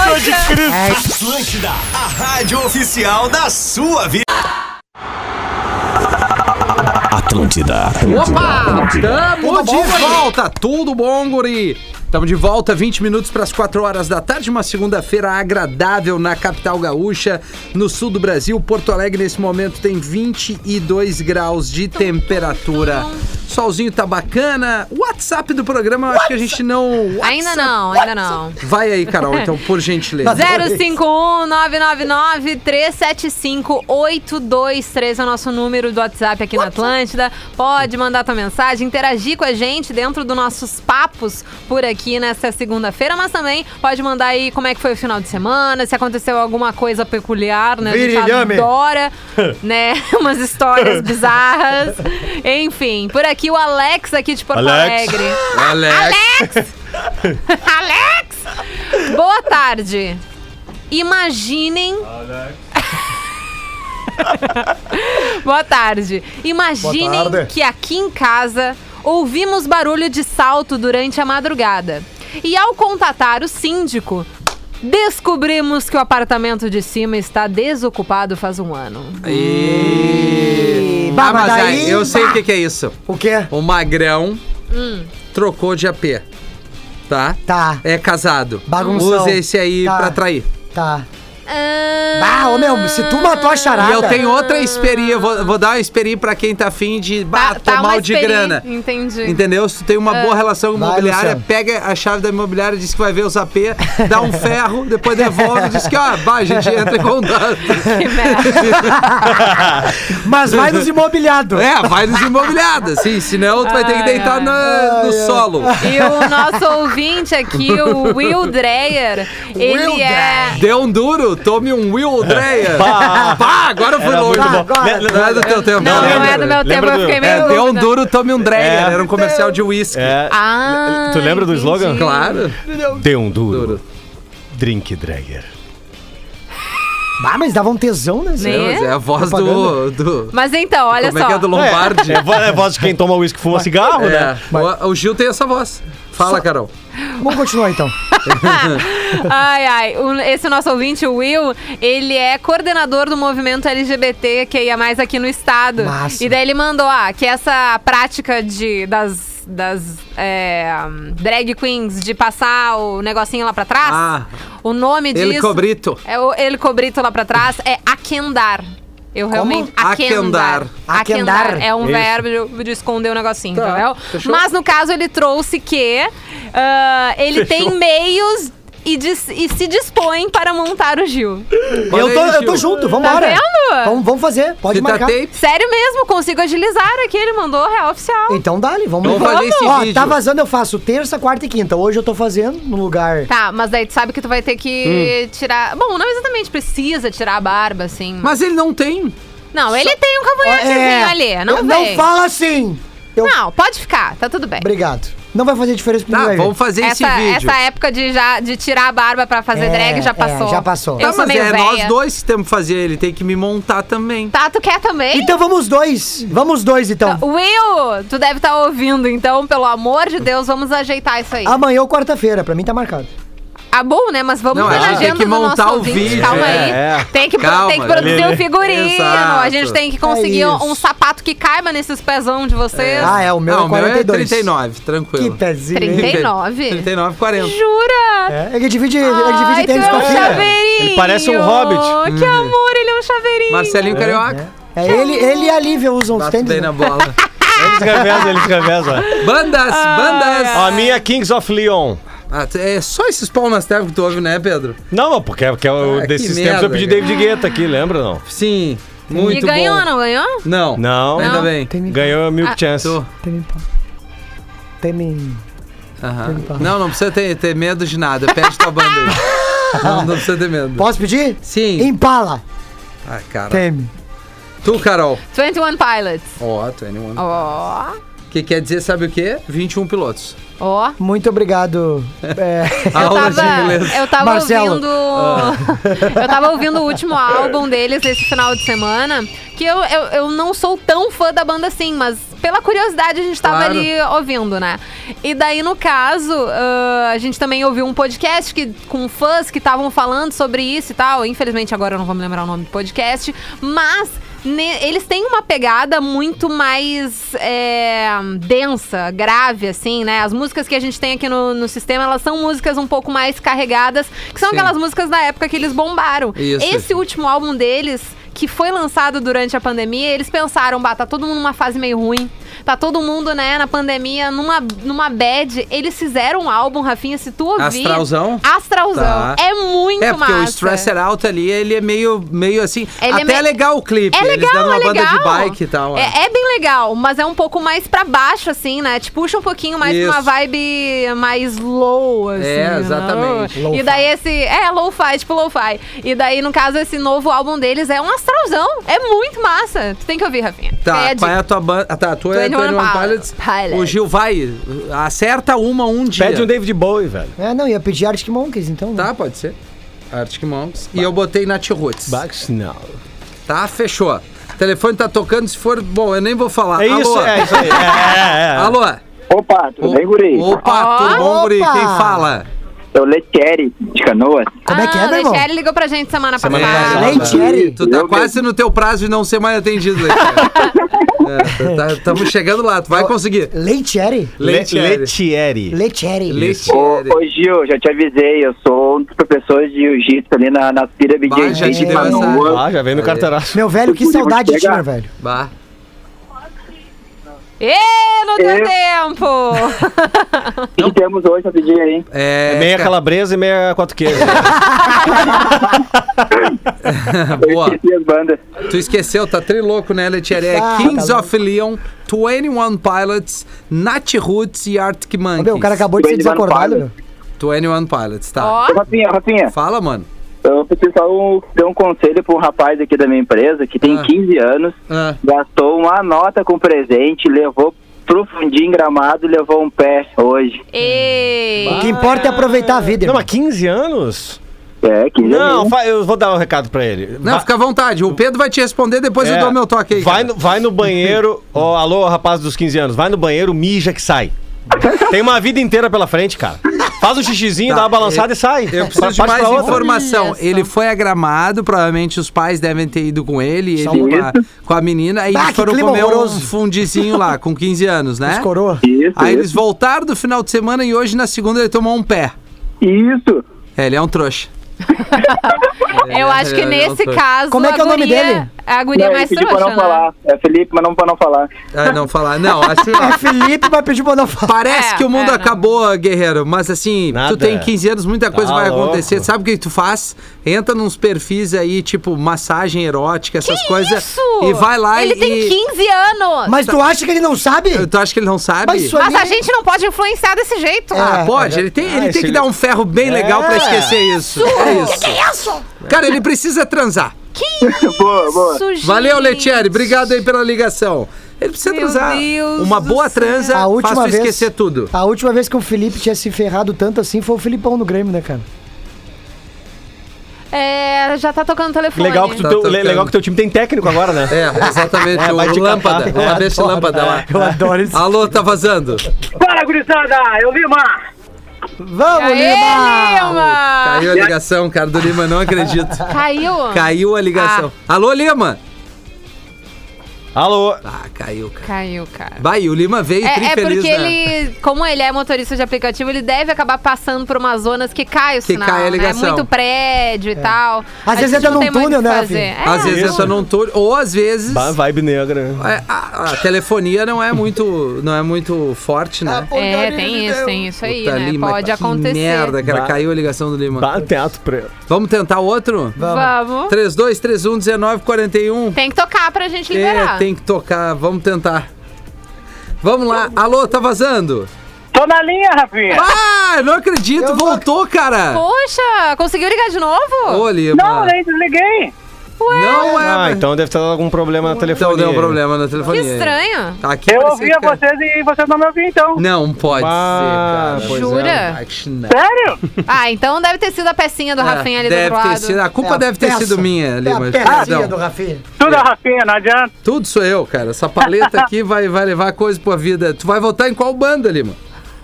Speaker 1: Atlântida, a rádio oficial da sua vida. Atlântida.
Speaker 4: Opa! Tamo de
Speaker 5: bom, guri?
Speaker 4: volta! Tudo bom, guri? Tamo de volta, 20 minutos para as 4 horas da tarde, uma segunda-feira agradável na capital gaúcha, no sul do Brasil. Porto Alegre, nesse momento, tem 22 graus de temperatura. Solzinho tá bacana. WhatsApp do programa, eu acho que a gente não.
Speaker 3: Ainda não, ainda não.
Speaker 4: Vai aí, Carol, então, por gentileza. Ah,
Speaker 3: um 051-999-375-823 é o nosso número do WhatsApp aqui na Atlântida. Pode mandar tua mensagem, interagir com a gente dentro dos nossos papos por aqui nessa segunda-feira, mas também pode mandar aí como é que foi o final de semana, se aconteceu alguma coisa peculiar, né? A gente
Speaker 6: Virilhame.
Speaker 3: adora, né? [laughs] Umas histórias bizarras. Enfim, por aqui o Alex aqui de Porto
Speaker 6: Alex.
Speaker 3: Alegre.
Speaker 4: Alex.
Speaker 3: [laughs] Alex! Boa tarde. Imaginem. [laughs] Boa tarde. Imaginem
Speaker 6: Boa tarde.
Speaker 3: que aqui em casa ouvimos barulho de salto durante a madrugada. E ao contatar o síndico, descobrimos que o apartamento de cima está desocupado faz um ano.
Speaker 4: E...
Speaker 5: Bah,
Speaker 4: Ah, mas
Speaker 5: mas
Speaker 4: aí,
Speaker 5: daí-
Speaker 4: eu sei o que, que é isso.
Speaker 5: O quê?
Speaker 4: O Magrão trocou de AP. Tá?
Speaker 5: Hum. Tá,
Speaker 4: É casado.
Speaker 5: Bagunção.
Speaker 4: Usa esse aí
Speaker 5: Tá.
Speaker 4: pra trair.
Speaker 5: tá.
Speaker 3: Ah,
Speaker 5: Ah, ô meu, se tu matou a charada.
Speaker 4: E eu tenho outra esperia, vou, vou dar uma esperia pra quem tá afim de bah,
Speaker 3: tá- É.
Speaker 4: tô
Speaker 3: tá
Speaker 4: mal
Speaker 3: mais
Speaker 4: de
Speaker 3: peri-
Speaker 4: grana.
Speaker 3: Entendi.
Speaker 4: Entendeu? Se tu tem uma boa relação com
Speaker 5: Vai,
Speaker 4: imobiliária,
Speaker 5: Luciano.
Speaker 4: pega a chave da imobiliária, diz que vai ver os AP, dá um ferro, depois devolve, diz que, ó, bah, a gente entra um em contato.
Speaker 3: Que merda.
Speaker 5: Mas vai nos
Speaker 4: [laughs]
Speaker 5: imobiliados.
Speaker 4: É, vai nos imobiliados, sim, senão tu vai ter que
Speaker 3: Ai,
Speaker 4: deitar
Speaker 3: ai.
Speaker 4: na- no solo.
Speaker 3: E o nosso ouvinte aqui, o Will Dreyer, ele
Speaker 5: Will
Speaker 3: é.
Speaker 4: Deu um duro, tome um Will Dreyer. Pá, agora eu fui
Speaker 6: Era
Speaker 4: longe.
Speaker 6: muito bom.
Speaker 5: Agora-
Speaker 6: Le- le-
Speaker 4: Não é do teu tempo.
Speaker 3: Não, não
Speaker 6: lembra-
Speaker 3: é do meu
Speaker 6: lembra
Speaker 3: tempo, eu
Speaker 6: do-
Speaker 3: fiquei meio.
Speaker 4: É, deu um
Speaker 3: dúvida.
Speaker 4: duro, tome um Dreyer.
Speaker 6: É.
Speaker 4: Era um comercial de uísque.
Speaker 6: É,
Speaker 3: Ah,
Speaker 6: Tu lembra do
Speaker 3: entendi.
Speaker 6: slogan?
Speaker 4: Claro.
Speaker 6: Dê um duro.
Speaker 4: Duro.
Speaker 6: Drink Dragger.
Speaker 5: Ah, mas dava um tesão, né?
Speaker 4: É,
Speaker 3: Né?
Speaker 4: mas é a voz do... do...
Speaker 3: Mas então, olha
Speaker 4: Como
Speaker 3: só.
Speaker 4: é que é do Lombardi?
Speaker 6: É, vo- é voz de quem toma uísque fuma cigarro,
Speaker 4: É,
Speaker 6: né?
Speaker 4: o, o Gil tem essa voz. Fala, Carol.
Speaker 5: Vamos continuar
Speaker 4: [laughs]
Speaker 5: então.
Speaker 3: Ai, ai. o- Esse nosso ouvinte, o Will, ele é coordenador do movimento LGBT que ia mais aqui no estado.
Speaker 5: Massa.
Speaker 3: E daí ele mandou, ah, que essa prática de, das, das é, drag queens de passar o negocinho lá pra trás,
Speaker 4: Ah.
Speaker 3: o nome disso...
Speaker 4: Ele cobrito.
Speaker 3: É o ele cobrito lá pra trás é aquendar. Eu realmente.
Speaker 4: Aquendar.
Speaker 3: Aquendar.
Speaker 5: Aquendar.
Speaker 3: é um
Speaker 6: Isso.
Speaker 3: verbo de, de esconder um negocinho,
Speaker 4: Tá,
Speaker 3: entendeu?
Speaker 4: fechou.
Speaker 3: Mas no caso ele trouxe que ah, ele tem meios e, dis- e se dispõe para montar o Gil.
Speaker 5: Eu tô, eu tô junto, vambora.
Speaker 3: Tá vendo?
Speaker 5: Vamos, vamos fazer, pode
Speaker 4: Fita
Speaker 5: marcar.
Speaker 4: tape.
Speaker 3: Sério mesmo, consigo agilizar aqui. Ele mandou real oficial.
Speaker 5: Então dá-lhe, vamos
Speaker 4: Vamos fazer esse
Speaker 5: Ó,
Speaker 4: vídeo.
Speaker 5: tá vazando, eu faço terça, quarta e quinta. Hoje eu tô fazendo no lugar.
Speaker 3: Tá, mas daí tu sabe que tu vai ter
Speaker 4: Hum.
Speaker 3: que tirar. Bom, não exatamente precisa tirar a barba, assim.
Speaker 4: Mas ele não tem.
Speaker 3: não, ele tem um cavanhaquezinho ali. Não
Speaker 5: É.
Speaker 3: vem.
Speaker 5: Eu- Não fala assim. Eu-
Speaker 3: Não, pode ficar, tá tudo bem.
Speaker 5: Obrigado. Não vai fazer diferença pra
Speaker 4: Tá,
Speaker 5: ninguém.
Speaker 4: vamos fazer esse
Speaker 3: essa,
Speaker 4: vídeo.
Speaker 3: essa é época de, já, de tirar a barba pra fazer
Speaker 5: É,
Speaker 3: drag já
Speaker 5: é,
Speaker 3: passou.
Speaker 5: já passou.
Speaker 3: Eu
Speaker 4: Tá,
Speaker 3: sou
Speaker 4: mas
Speaker 3: meio
Speaker 4: é
Speaker 3: véia.
Speaker 4: nós dois que temos que fazer. Ele tem que me montar também.
Speaker 3: Tá, tu quer também?
Speaker 5: Então vamos os dois. Vamos os dois então.
Speaker 3: Tá, Will, tu deve tá estar ouvindo, então, pelo amor de Deus, vamos ajeitar isso aí.
Speaker 5: Amanhã ou quarta-feira, pra mim tá marcado.
Speaker 3: acabou, né? Mas vamos
Speaker 4: Não,
Speaker 3: ver
Speaker 4: a
Speaker 3: na
Speaker 4: gente tem
Speaker 3: agenda
Speaker 4: que
Speaker 3: do nosso
Speaker 4: montar o
Speaker 3: ouvinte,
Speaker 4: vídeo,
Speaker 3: Calma
Speaker 6: é,
Speaker 3: aí.
Speaker 6: é.
Speaker 3: Tem, que,
Speaker 4: Calma,
Speaker 3: tem que produzir
Speaker 6: Lelê.
Speaker 3: um figurino.
Speaker 4: Exato.
Speaker 3: A gente tem que conseguir
Speaker 5: É
Speaker 3: um,
Speaker 5: isso.
Speaker 3: um sapato que caiba nesses pezão de vocês.
Speaker 5: Ah, é, o meu
Speaker 4: Não,
Speaker 5: é
Speaker 4: o meu é
Speaker 5: 42.
Speaker 4: 39, tranquilo. [laughs]
Speaker 5: Que pezinho. hein?
Speaker 3: 30. 39?
Speaker 4: 39, 40.
Speaker 3: Jura?
Speaker 5: É, ele divide, ele divide
Speaker 3: Ai, tu
Speaker 5: tênis
Speaker 3: é
Speaker 5: com a
Speaker 3: um
Speaker 5: filha.
Speaker 3: chaveirinho.
Speaker 6: Ele parece um hobbit.
Speaker 3: Que amor, ele é um chaveirinho.
Speaker 4: Uhum. Marcelinho Carioca.
Speaker 5: É, ele, ele e a Lívia usam os
Speaker 4: Bato
Speaker 5: tênis.
Speaker 4: bem na
Speaker 5: né?
Speaker 4: bola.
Speaker 6: Eles revezam, eles
Speaker 4: [laughs]
Speaker 6: revezam. ó.
Speaker 4: Bandas,
Speaker 3: Ah,
Speaker 4: bandas.
Speaker 6: Ó, A minha Kings of Leon.
Speaker 4: Ah, tu- é só esses pau nas trevas que tu ouve, né, Pedro?
Speaker 6: Não, não, porque, é, porque eu,
Speaker 4: Ah, que
Speaker 6: desses tempos
Speaker 4: merda,
Speaker 6: eu pedi
Speaker 4: cara.
Speaker 6: David Guetta aqui, lembra não?
Speaker 4: Sim, muito
Speaker 3: E ganhou,
Speaker 4: bom.
Speaker 3: não ganhou?
Speaker 4: Não.
Speaker 6: Não.
Speaker 4: Ainda
Speaker 3: Não.
Speaker 4: bem.
Speaker 5: Tem me
Speaker 6: Ganhou a Milk
Speaker 4: Ah,
Speaker 6: Chance.
Speaker 4: Tu.
Speaker 5: Tem me Tem me
Speaker 4: Aham. Não, não precisa ter, ter medo de nada. Pede tua banda aí.
Speaker 6: [laughs]
Speaker 4: Não, não precisa ter medo.
Speaker 5: Posso pedir?
Speaker 4: Sim.
Speaker 5: Impala.
Speaker 4: Ah, cara.
Speaker 5: Teme.
Speaker 4: Tu, Carol.
Speaker 3: 21 Pilots.
Speaker 4: Ó, 21.
Speaker 3: Ó,
Speaker 4: Que quer dizer, sabe o quê? 21 pilotos.
Speaker 3: ó.
Speaker 5: Muito obrigado. É, [laughs]
Speaker 3: Eu
Speaker 4: Aula de
Speaker 3: tava,
Speaker 4: inglês. Ah.
Speaker 3: eu tava
Speaker 5: Marcelo.
Speaker 3: ouvindo. [laughs] eu tava ouvindo o último álbum deles esse final de semana. Que eu, eu, eu não sou tão fã da banda assim, mas pela curiosidade a gente tava
Speaker 4: Claro.
Speaker 3: ali ouvindo, né? E daí, no caso, ah, a gente também ouviu um podcast que, com fãs que estavam falando sobre isso e tal. Infelizmente, agora eu não vou me lembrar o nome do podcast, mas. ne- Eles têm uma pegada muito mais é, densa, grave, assim, né? As músicas que a gente tem aqui no, no sistema, elas são músicas um pouco mais carregadas, que são
Speaker 4: Sim.
Speaker 3: aquelas músicas da época que eles bombaram.
Speaker 4: Isso.
Speaker 3: Esse último álbum deles, que foi lançado durante a pandemia, eles pensaram, bah, tá todo mundo numa fase meio ruim. Tá todo mundo, né, na pandemia, numa, numa bad. Eles fizeram um álbum, Rafinha, se tu ouvir...
Speaker 4: Astralzão?
Speaker 3: Astralzão.
Speaker 4: Tá.
Speaker 3: É muito
Speaker 4: É, porque
Speaker 3: massa.
Speaker 4: o Stress It Out ali, ele é meio, meio assim.
Speaker 3: Ele é
Speaker 4: até é,
Speaker 3: meio-
Speaker 4: legal o clipe.
Speaker 3: É
Speaker 4: Eles
Speaker 3: legal,
Speaker 4: dando uma
Speaker 3: é
Speaker 4: banda
Speaker 3: legal.
Speaker 4: de bike e tal. é.
Speaker 3: É, é bem legal, mas é um pouco mais pra baixo, assim, né? Te puxa um pouquinho mais pra uma
Speaker 4: Isso.
Speaker 3: vibe mais low, assim.
Speaker 4: É,
Speaker 3: né?
Speaker 4: exatamente.
Speaker 3: E daí esse... É, low-fi, tipo low-fi. E daí, no caso, esse novo álbum deles é um astralzão. É muito massa. Tu tem que ouvir, Rafinha. Fica
Speaker 4: Tá,
Speaker 3: aí a
Speaker 4: qual é
Speaker 3: dica.
Speaker 4: a tua banda? Ah, tá, a tua é
Speaker 3: 21
Speaker 4: 21 Pilots.
Speaker 3: Pilots. Pilots.
Speaker 4: O Gil vai, acerta uma um dia.
Speaker 6: Pede um David Bowie, velho.
Speaker 5: é, não, ia pedir Arctic Monkeys, então. né?
Speaker 4: Tá, pode ser. Arctic Monks. E eu botei Nat Roots.
Speaker 6: Bucks, não.
Speaker 4: Tá, fechou. O telefone tá tocando, se for... Bom, eu nem vou falar.
Speaker 6: É
Speaker 4: Alô?
Speaker 6: isso, é isso aí. É, é,
Speaker 4: [laughs]
Speaker 6: é.
Speaker 4: Alô?
Speaker 9: Opa, tudo bem, guri?
Speaker 4: Opa,
Speaker 3: Ó.
Speaker 4: tudo bom, guri?
Speaker 5: Opa.
Speaker 4: Quem fala?
Speaker 9: Eu Letieri, de Canoas.
Speaker 5: Como é que é, meu irmão?
Speaker 3: A Letieri Ah, ligou pra gente semana,
Speaker 6: Semana
Speaker 4: É,
Speaker 3: passada.
Speaker 6: passada.
Speaker 5: Leitieri.
Speaker 4: Tu tá
Speaker 9: Eu
Speaker 4: quase no teu prazo de não ser mais atendido, né, É, Leite.
Speaker 9: [laughs]
Speaker 4: Estamos tá, chegando lá, tu vai conseguir.
Speaker 5: Leitieri?
Speaker 6: Le-
Speaker 4: Leite.
Speaker 6: Letieri.
Speaker 5: Leitieri.
Speaker 4: Leite.
Speaker 9: Ô, ô, Gil, já te avisei, eu sou um dos professores de jiu-jitsu ali na, na pirâmide
Speaker 4: Bah, já
Speaker 9: de
Speaker 4: te
Speaker 9: jiu-jitsu
Speaker 4: deu essa-
Speaker 9: Canoas.
Speaker 6: Ah, já vem no
Speaker 4: Aí.
Speaker 6: cartaraço.
Speaker 5: Meu velho, que
Speaker 9: Eu fui
Speaker 5: saudade de ti,
Speaker 9: chegar.
Speaker 5: meu velho.
Speaker 4: Bah.
Speaker 3: Ê, não deu
Speaker 4: [laughs]
Speaker 9: Eu-
Speaker 3: tempo!
Speaker 9: O que temos hoje pra pedir aí?
Speaker 4: É,
Speaker 6: Meia calabresa e meia
Speaker 4: [laughs]
Speaker 6: quatro queijos.
Speaker 9: Eu
Speaker 4: [laughs] boa.
Speaker 9: esqueci as bandas.
Speaker 4: Tu esqueceu, tá triloco, né, Letieri? É
Speaker 5: Ah,
Speaker 4: Kings
Speaker 5: tá
Speaker 4: of Leon, 21 Pilots, Nat Roots e Arctic
Speaker 5: Ô,
Speaker 4: Monkeys.
Speaker 5: meu, o cara acabou de ser
Speaker 9: Ele vai no
Speaker 5: desacordado,
Speaker 9: palio.
Speaker 5: meu.
Speaker 4: 21 Pilots, tá.
Speaker 3: Ó,
Speaker 9: Ô, Rafinha, Rafinha,
Speaker 4: Fala, mano.
Speaker 9: eu preciso só um- dar um conselho pra um rapaz aqui da minha empresa que tem
Speaker 4: Ah.
Speaker 9: 15 anos,
Speaker 4: Ah,
Speaker 9: gastou uma nota com presente, levou pro fundinho em gramado e levou um pé hoje.
Speaker 3: ei!
Speaker 5: O que
Speaker 4: Ah.
Speaker 5: importa é aproveitar a vida.
Speaker 6: Não,
Speaker 5: irmão.
Speaker 6: mas 15 anos?
Speaker 9: É, 15
Speaker 6: Não,
Speaker 9: anos.
Speaker 6: fa- eu vou dar um recado pra ele.
Speaker 4: não,
Speaker 6: Va-
Speaker 4: fica à vontade. O Pedro vai te responder, depois
Speaker 6: é,
Speaker 4: eu dou meu toque aí.
Speaker 6: Vai
Speaker 4: cara.
Speaker 6: no, vai
Speaker 4: [laughs]
Speaker 6: no banheiro. Ó, alô, rapaz dos 15 anos. Vai no banheiro, mija que sai. Tem uma vida inteira pela frente, cara. Faz um xixizinho,
Speaker 4: Tá,
Speaker 6: dá uma balançada e sai.
Speaker 4: Eu
Speaker 6: Pa-
Speaker 4: preciso de
Speaker 6: parte
Speaker 4: mais
Speaker 6: pra outra.
Speaker 4: informação.
Speaker 3: Olha só.
Speaker 4: Ele foi agramado, provavelmente os pais devem ter ido com ele, ele com a, com a menina, aí
Speaker 5: Bah,
Speaker 4: eles
Speaker 5: Ah, que
Speaker 4: foram
Speaker 5: clima
Speaker 4: comer um
Speaker 5: horroroso.
Speaker 4: fundizinho lá, com 15 anos, né?
Speaker 5: Escorou.
Speaker 9: Isso,
Speaker 4: Aí eles
Speaker 9: isso.
Speaker 4: voltaram do final de semana e hoje, na segunda, ele tomou um pé.
Speaker 9: isso.
Speaker 4: É, ele é um trouxa.
Speaker 3: Eu acho que nesse caso.
Speaker 5: Como é que é o
Speaker 3: a
Speaker 5: nome
Speaker 3: guria-
Speaker 5: dele?
Speaker 3: A guria
Speaker 9: Não,
Speaker 3: é
Speaker 9: ele
Speaker 3: mais
Speaker 9: pediu pra
Speaker 3: trouxa,
Speaker 9: não
Speaker 3: né?
Speaker 9: falar. É Felipe, mas não pra não falar.
Speaker 4: Ah, não falar. Não, assim. ó,
Speaker 5: É Felipe vai pedir pra não falar.
Speaker 4: Parece
Speaker 3: É,
Speaker 4: que o mundo
Speaker 3: é, não.
Speaker 4: acabou, guerreiro, mas assim,
Speaker 6: Nada.
Speaker 4: tu tem 15 anos, muita coisa
Speaker 6: Tá
Speaker 4: vai
Speaker 6: louco.
Speaker 4: acontecer. Sabe o que tu faz? Entra nos perfis aí, tipo, massagem erótica, essas coisas.
Speaker 3: Isso!
Speaker 4: E vai lá
Speaker 3: Ele
Speaker 4: e.
Speaker 3: tem 15 anos! Mas,
Speaker 5: Mas
Speaker 4: tá-
Speaker 5: tu acha que ele não sabe?
Speaker 4: Tu acha que ele não sabe?
Speaker 5: Mas isso
Speaker 3: a gente não pode influenciar desse jeito.
Speaker 4: Ah,
Speaker 5: É.
Speaker 4: pode. Ele tem,
Speaker 6: Ah,
Speaker 4: ele tem
Speaker 6: esse
Speaker 4: que
Speaker 6: ele-
Speaker 4: dar um ferro bem legal pra
Speaker 6: É.
Speaker 4: esquecer isso. É isso. Cara, ele precisa transar.
Speaker 9: boa, boa.
Speaker 3: Sujinho.
Speaker 4: Valeu, Letieri. Obrigado aí pela ligação. Ele precisa
Speaker 3: Meu
Speaker 4: transar.
Speaker 3: Deus
Speaker 4: Uma
Speaker 3: do
Speaker 4: boa
Speaker 3: céu.
Speaker 4: transa
Speaker 5: A
Speaker 4: faz
Speaker 5: última
Speaker 4: tu
Speaker 5: vez-
Speaker 4: esquecer tudo.
Speaker 5: A última vez que o Felipe tinha se ferrado tanto assim foi o Filipão no Grêmio, né, cara?
Speaker 3: É, já tá tocando o telefone.
Speaker 6: Legal que, tu,
Speaker 4: Tá
Speaker 6: teu,
Speaker 4: tocando.
Speaker 6: le- legal que teu time tem técnico agora, né?
Speaker 4: É, exatamente.
Speaker 6: É,
Speaker 4: o
Speaker 6: vai te
Speaker 4: lâmpada.
Speaker 6: catar.
Speaker 4: Uma vez de lâmpada é lá.
Speaker 5: Eu adoro isso.
Speaker 4: Alô, tá vazando.
Speaker 9: Fala, gurizada, eu vi, Mar.
Speaker 5: Vamos,
Speaker 3: Aê,
Speaker 5: Lima!
Speaker 3: Lima!
Speaker 4: Caiu a ligação, cara do Lima, não acredito.
Speaker 3: Caiu?
Speaker 4: Caiu a ligação.
Speaker 3: Ah.
Speaker 4: Alô, Lima?
Speaker 6: Alô?
Speaker 4: Ah, caiu, cara.
Speaker 3: Caiu, cara.
Speaker 4: Vai, e o Lima veio
Speaker 3: É,
Speaker 4: né?
Speaker 3: é
Speaker 4: trifeliz
Speaker 3: porque
Speaker 4: na-
Speaker 3: ele, como ele é motorista de aplicativo, ele deve acabar passando por umas zonas que cai o
Speaker 4: Que
Speaker 3: sinal,
Speaker 4: cai a
Speaker 3: né?
Speaker 4: ligação. É.
Speaker 3: Muito prédio e tal.
Speaker 5: Às
Speaker 3: A
Speaker 5: vezes
Speaker 3: gente
Speaker 5: entra
Speaker 3: não
Speaker 5: num
Speaker 3: tem muito
Speaker 5: túnel,
Speaker 3: o que
Speaker 5: né,
Speaker 3: fazer.
Speaker 5: Rafinha?
Speaker 3: É,
Speaker 4: Às vezes
Speaker 6: Isso.
Speaker 4: entra num túnel, ou às vezes...
Speaker 6: Ba- Vibe negra.
Speaker 4: É, A, a telefonia não é muito, não é muito forte, né?
Speaker 3: É, tem isso, tem isso aí,
Speaker 4: Puta,
Speaker 3: né?
Speaker 4: Lima,
Speaker 3: Pode
Speaker 4: que
Speaker 3: acontecer.
Speaker 4: merda, cara.
Speaker 6: Bah.
Speaker 4: Caiu a ligação do Lima.
Speaker 6: Bah, teatro preto.
Speaker 4: Vamos tentar outro?
Speaker 3: Vamos.
Speaker 4: 32311941.
Speaker 3: Tem que tocar pra gente liberar.
Speaker 4: É, tem que tocar. Vamos tentar. Vamos lá. Alô, tá vazando?
Speaker 9: Tô na linha, Rafinha.
Speaker 4: Ah, não acredito.
Speaker 5: Eu não
Speaker 4: Voltou, cara.
Speaker 3: Poxa, conseguiu ligar de novo?
Speaker 4: Ô, Lima.
Speaker 9: Não, nem desliguei.
Speaker 4: Não é.
Speaker 6: Ah,
Speaker 4: mas-
Speaker 6: então deve ter dado algum problema na
Speaker 5: é
Speaker 6: telefonia.
Speaker 4: Então deu um problema na
Speaker 3: que
Speaker 4: telefonia.
Speaker 3: estranho.
Speaker 4: Tá aqui
Speaker 9: Eu
Speaker 4: parecia que
Speaker 9: ouvia
Speaker 4: cara-
Speaker 9: vocês e vocês não me ouviam, então.
Speaker 4: Não pode
Speaker 6: Ah,
Speaker 4: ser, cara.
Speaker 6: pois
Speaker 3: Jura?
Speaker 4: Ai, que não.
Speaker 9: Sério?
Speaker 3: Ah, então deve ter sido a pecinha do Rafinha ali do
Speaker 4: Ah, deve
Speaker 3: outro
Speaker 4: ter
Speaker 3: lado.
Speaker 4: sido. A
Speaker 5: É
Speaker 4: culpa
Speaker 5: a
Speaker 4: deve ter
Speaker 5: peça.
Speaker 4: sido minha, Lima. Ah,
Speaker 5: É a pecinha
Speaker 4: Perdão.
Speaker 5: do Rafinha.
Speaker 9: Tudo é Rafinha, não adianta.
Speaker 4: Tudo sou eu, cara. Essa paleta
Speaker 5: [laughs]
Speaker 4: aqui vai, vai levar coisa pra vida. Tu vai votar em qual banda, Lima?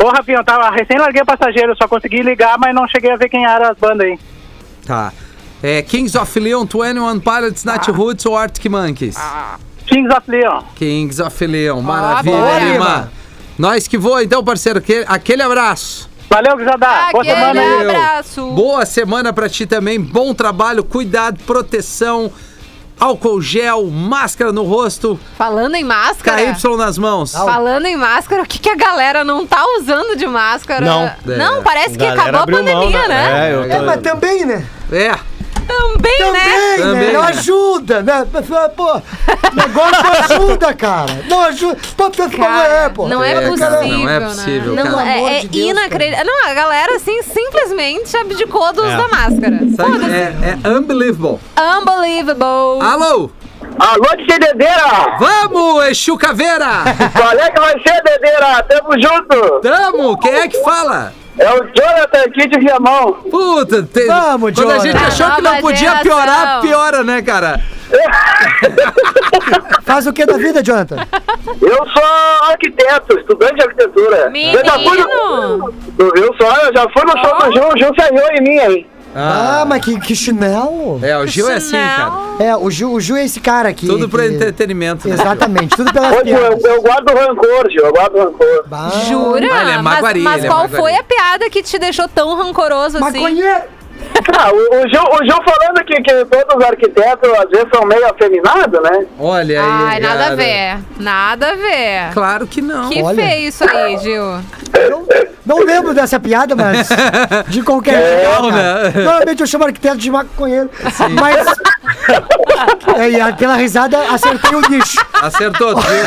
Speaker 9: Ô, Rafinha, eu tava recém larguei o passageiro, só consegui ligar, mas não cheguei a ver quem era as bandas aí.
Speaker 4: Tá. É Kings of Leon, 21 Pilots, Nat
Speaker 5: Ah.
Speaker 4: Roots ou Arctic Monkeys?
Speaker 9: Kings of Leon.
Speaker 4: Kings of Leon. Maravilha,
Speaker 3: boa,
Speaker 4: Lima.
Speaker 5: Ah, Lima.
Speaker 4: Nós que voa, então, parceiro. Aquele, aquele abraço.
Speaker 9: Valeu, Guizadá. Boa
Speaker 3: Ah, Aquele
Speaker 9: semana aí.
Speaker 3: abraço.
Speaker 4: Boa semana pra ti também. Bom trabalho, cuidado, proteção, álcool gel, máscara no rosto,
Speaker 3: Falando em máscara.
Speaker 4: KY nas mãos.
Speaker 3: Falando em máscara, o que, que a galera não tá usando de máscara?
Speaker 6: Não.
Speaker 3: Não,
Speaker 4: É.
Speaker 3: parece que
Speaker 6: Galera
Speaker 3: acabou a
Speaker 6: abriu mão,
Speaker 3: pandemia, né?
Speaker 6: É, eu tô...
Speaker 5: É, mas também, né?
Speaker 4: É.
Speaker 3: Também, né?
Speaker 5: Também,
Speaker 4: Também,
Speaker 5: né? Não
Speaker 4: né?
Speaker 5: ajuda, né? Pessoal, Pô, o negócio ajuda, cara. Não ajuda. Pô, pessoal, é, pô.
Speaker 3: não é,
Speaker 4: É,
Speaker 3: possível,
Speaker 4: cara, não é
Speaker 3: né?
Speaker 4: possível,
Speaker 3: Não,
Speaker 5: cara. Pelo
Speaker 3: é,
Speaker 5: amor
Speaker 3: é
Speaker 5: de Deus,
Speaker 3: inacreditável. Não, a galera, assim, simplesmente abdicou do uso
Speaker 6: É.
Speaker 3: da máscara.
Speaker 4: Sabe, é, é unbelievable. Ah,
Speaker 3: Unbelievable.
Speaker 4: Alô?
Speaker 9: Alô, de Dedeira!
Speaker 4: Vamos, Exu Caveira!
Speaker 9: Qual é que vai ser, Dedeira? Tamo junto!
Speaker 4: Tamo! Quem é que fala?
Speaker 9: É o Jonathan aqui de Viamão.
Speaker 4: Puta, te...
Speaker 5: Vamos,
Speaker 4: quando a
Speaker 5: Jonathan.
Speaker 4: gente achou que não
Speaker 3: Nova
Speaker 4: podia
Speaker 3: geração.
Speaker 4: piorar, piora, né, cara?
Speaker 5: Faz o que da vida, Jonathan?
Speaker 9: Eu sou arquiteto, estudante de arquitetura. Eu já fui
Speaker 3: Menino.
Speaker 9: no... Tu viu só? Eu já fui no show do Gil, o Gil saiu em mim aí.
Speaker 5: Ah, mas que, que chinelo.
Speaker 4: É, o Gil é assim, cara.
Speaker 3: Não.
Speaker 5: É, o Ju, o Ju é esse cara aqui.
Speaker 4: Tudo
Speaker 5: que-
Speaker 4: pro entretenimento. né, Gil?
Speaker 5: Exatamente, tudo pelas
Speaker 9: Ô, Gil, eu,
Speaker 5: piadas.
Speaker 9: eu guardo rancor, Gil, eu guardo
Speaker 5: [laughs]
Speaker 9: rancor.
Speaker 5: Bah.
Speaker 3: Jura?
Speaker 4: Ah, ele é maguari,
Speaker 3: mas mas
Speaker 4: ele é
Speaker 3: qual
Speaker 4: maguari.
Speaker 3: foi a piada que te deixou tão rancoroso assim?
Speaker 5: Maconheiro.
Speaker 9: Ah, o, o, Gil, o Gil falando que, que todos os arquitetos às vezes são meio afeminados, né?
Speaker 4: Olha aí.
Speaker 3: Ai, nada
Speaker 4: cara.
Speaker 3: a ver. Nada a ver.
Speaker 4: Claro que não.
Speaker 3: Que
Speaker 5: Olha.
Speaker 3: feio isso aí, Gil.
Speaker 5: Não, não lembro dessa piada, mas
Speaker 4: [laughs]
Speaker 5: de qualquer jeito.
Speaker 4: legal,
Speaker 5: cara.
Speaker 4: né?
Speaker 5: Normalmente eu chamo arquiteto de maconheiro, mas [laughs] é, e a- pela risada acertei o nicho.
Speaker 4: Acertou, tu
Speaker 5: [laughs]
Speaker 4: viu?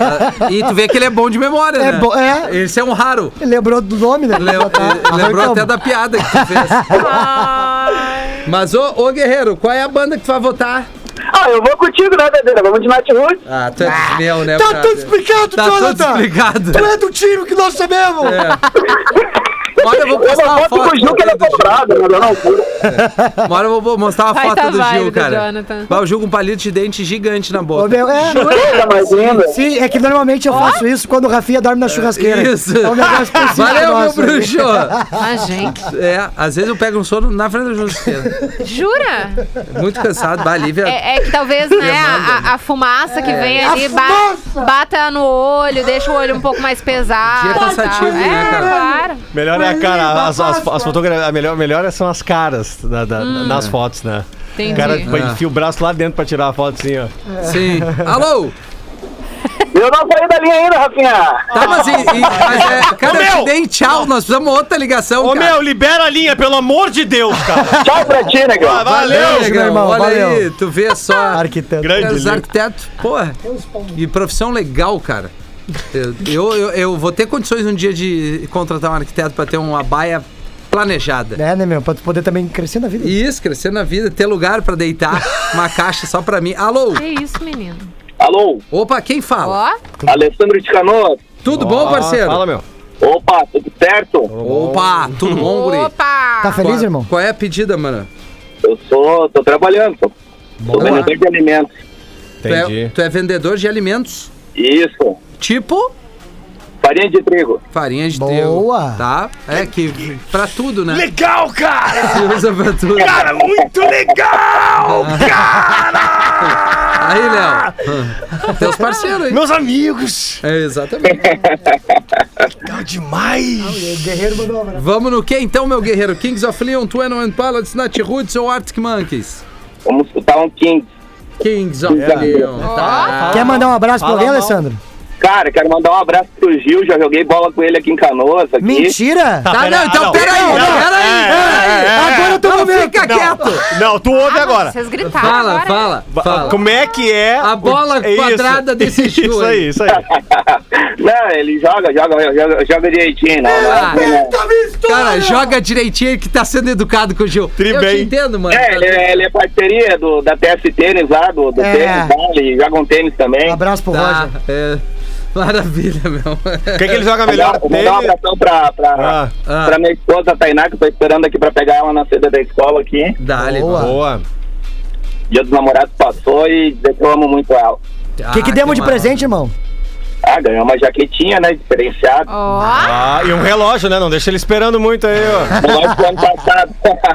Speaker 4: Ah, e tu vê que ele é bom de memória, né?
Speaker 5: É bom, é.
Speaker 4: Esse é um raro.
Speaker 5: Lembrou do nome, né?
Speaker 4: Le- eh, lembrou até da piada que tu fez.
Speaker 3: Ai.
Speaker 4: Mas, ô, ô Guerreiro, qual é a banda que tu vai votar?
Speaker 9: Ah, eu vou contigo, né, Dedeira? Vamos de Nath Roots.
Speaker 4: Ah, tu é desmeu, né?
Speaker 5: Tá
Speaker 4: brother?
Speaker 5: tudo explicado,
Speaker 4: Tá tudo
Speaker 5: Jonathan!
Speaker 4: explicado. É.
Speaker 5: Tu é do time que nós sabemos!
Speaker 4: Olha, eu vou
Speaker 9: Eu
Speaker 4: postar
Speaker 9: não
Speaker 4: uma
Speaker 9: voto
Speaker 4: foto.
Speaker 9: com o Gil que ele é
Speaker 4: do Gil. É.
Speaker 9: comprado, mas eu não vou.
Speaker 4: Uma hora eu vou mostrar uma
Speaker 3: Vai
Speaker 4: foto
Speaker 3: tá
Speaker 4: do
Speaker 3: vibe
Speaker 4: Gil,
Speaker 3: do
Speaker 4: cara.
Speaker 3: Jonathan.
Speaker 4: Vai, o Gil com um palito de dente gigante na
Speaker 5: Ô,
Speaker 4: boca.
Speaker 5: meu, é,
Speaker 9: Coisa mais linda.
Speaker 5: sim, é que normalmente eu faço isso quando o Rafinha dorme na churrasqueira.
Speaker 4: Isso.
Speaker 5: É um
Speaker 4: [laughs]
Speaker 5: negócio possível
Speaker 4: Valeu, meu
Speaker 5: nosso.
Speaker 4: bruxo!
Speaker 3: Ah, gente.
Speaker 4: É, às vezes eu pego um sono na frente da justiça.
Speaker 3: Jura?
Speaker 4: Muito cansado, vai, Lívia.
Speaker 3: É, é que talvez, né, a, a- a fumaça
Speaker 4: É.
Speaker 3: que vem ali ba- bata no olho, deixa o olho um pouco mais pesado.
Speaker 4: Dia
Speaker 3: e tal.
Speaker 4: cansativo, né,
Speaker 3: É,
Speaker 4: cara?
Speaker 3: claro.
Speaker 6: Melhor é a cara, as, as, as fotografias, a melhor, melhor são as caras da- da-
Speaker 4: Hum.
Speaker 6: nas fotos, né?
Speaker 3: Entendi.
Speaker 6: O cara
Speaker 4: Ah.
Speaker 6: enfia o braço lá dentro pra tirar a foto assim, ó.
Speaker 4: Sim. Alô?
Speaker 9: Eu não saí da linha ainda, Rafinha.
Speaker 4: Tá, mas, e, e- mas é, cara,
Speaker 6: Ô,
Speaker 4: eu te
Speaker 6: meu!
Speaker 4: dei tchau, nós precisamos de outra ligação,
Speaker 6: Ô
Speaker 4: cara.
Speaker 6: meu, libera a linha, pelo amor de Deus, cara! Ah,
Speaker 9: Tchau pra ti, né, negão.
Speaker 4: [laughs] Valeu,
Speaker 6: Valeu!
Speaker 5: meu
Speaker 4: Negrão,
Speaker 5: irmão,
Speaker 4: olha
Speaker 5: valeu.
Speaker 4: aí, tu vê só.
Speaker 5: Arquiteto.
Speaker 6: Grande
Speaker 4: Os
Speaker 6: livro.
Speaker 4: arquitetos, porra, e profissão legal, cara. Eu, eu, eu- eu vou ter condições um dia de contratar um arquiteto pra ter uma baia planejada.
Speaker 5: É, né, meu? Pra tu poder também crescer na vida.
Speaker 4: Isso, crescer na vida, ter lugar pra deitar, uma caixa só pra mim. Alô?
Speaker 3: Que isso, menino.
Speaker 9: Alô,
Speaker 4: Opa, quem fala?
Speaker 3: Ó,
Speaker 9: Alessandro de Canoas.
Speaker 4: Tudo bom, parceiro?
Speaker 6: Fala, meu.
Speaker 9: Opa, tudo certo?
Speaker 4: Opa, tudo bom, guri?
Speaker 3: opa!
Speaker 5: Tá feliz,
Speaker 4: Qual-
Speaker 5: irmão?
Speaker 4: Qual é a pedida, mano?
Speaker 9: Eu sou, tô trabalhando, sou, sou
Speaker 4: Boa.
Speaker 9: vendedor de alimentos.
Speaker 4: Tu é,
Speaker 6: Entendi.
Speaker 4: tu é vendedor de alimentos?
Speaker 9: Isso.
Speaker 4: Tipo?
Speaker 9: Farinha de trigo.
Speaker 4: Farinha de
Speaker 5: Boa.
Speaker 4: trigo. Tá? É que pra tudo, né?
Speaker 6: Legal,
Speaker 4: [laughs]
Speaker 6: cara!
Speaker 4: Se usa pra tudo.
Speaker 6: Cara, muito legal! [laughs]
Speaker 4: Aí, Léo. Hum. Teus parceiros aí.
Speaker 6: Meus amigos!
Speaker 4: É, exatamente. Tá
Speaker 6: Legal demais!
Speaker 5: O guerreiro mandou um abraço.
Speaker 4: Vamos no que então, meu guerreiro? Kings of Leon, Tweno and Pilots, Nat Roots ou Arctic Monkeys?
Speaker 9: Vamos escutar um King.
Speaker 4: Kings of
Speaker 9: É.
Speaker 4: Leon. Tá.
Speaker 5: Quer mandar um abraço pra
Speaker 6: Fala
Speaker 5: alguém,
Speaker 6: mal.
Speaker 5: Alessandro?
Speaker 9: Cara, quero mandar um abraço pro Gil, já joguei bola com ele aqui em Canoas. Aqui.
Speaker 5: Mentira!
Speaker 6: Ah,
Speaker 4: Tá, não, então peraí, peraí,
Speaker 6: É,
Speaker 4: peraí.
Speaker 5: Agora eu tô
Speaker 4: Não,
Speaker 5: no meio.
Speaker 4: fica quieto.
Speaker 6: Não, tu ouve agora.
Speaker 3: Ah, Vocês gritaram
Speaker 4: Fala,
Speaker 3: agora. é.
Speaker 4: fala,
Speaker 6: Ba-
Speaker 4: fala.
Speaker 6: Como é que é
Speaker 4: A
Speaker 6: o-
Speaker 4: bola
Speaker 6: é isso.
Speaker 4: quadrada desse Gil
Speaker 6: [laughs] Isso
Speaker 4: aí.
Speaker 6: aí, isso aí.
Speaker 9: Não, ele joga, joga, joga, joga direitinho. Não, é assim,
Speaker 4: Ah,
Speaker 9: né? não, não.
Speaker 4: Cara, joga direitinho que tá sendo educado com o Gil.
Speaker 6: Tri
Speaker 4: eu te
Speaker 6: bem.
Speaker 4: entendo, mano.
Speaker 9: É, ele, é- ele é parceria do, da TS Tênis lá, do, do
Speaker 5: É.
Speaker 9: tênis, tá? ele joga um tênis também.
Speaker 5: Um abraço pro
Speaker 4: Tá,
Speaker 5: Roger.
Speaker 4: é. Maravilha, meu.
Speaker 6: O que, que ele joga melhor?
Speaker 9: Mandar mandar um
Speaker 6: Tênis?
Speaker 9: abração pra, pra,
Speaker 6: Ah,
Speaker 4: ah.
Speaker 9: pra minha esposa, a Tainá, que eu tô esperando aqui pra pegar ela na saída da escola aqui.
Speaker 4: Dá-lhe.
Speaker 5: Boa.
Speaker 4: mano.
Speaker 6: Boa.
Speaker 9: Dia dos namorados passou e dizer que eu amo muito ela.
Speaker 5: O que, que
Speaker 4: Ah,
Speaker 5: demos de
Speaker 4: maravilha.
Speaker 5: presente, irmão?
Speaker 9: Ah, ganhou uma jaquetinha, né? Diferenciada.
Speaker 3: Ó,
Speaker 6: Ah, e um relógio, né? Não deixa ele esperando muito aí, ó.
Speaker 9: Melhor que o é ano passado.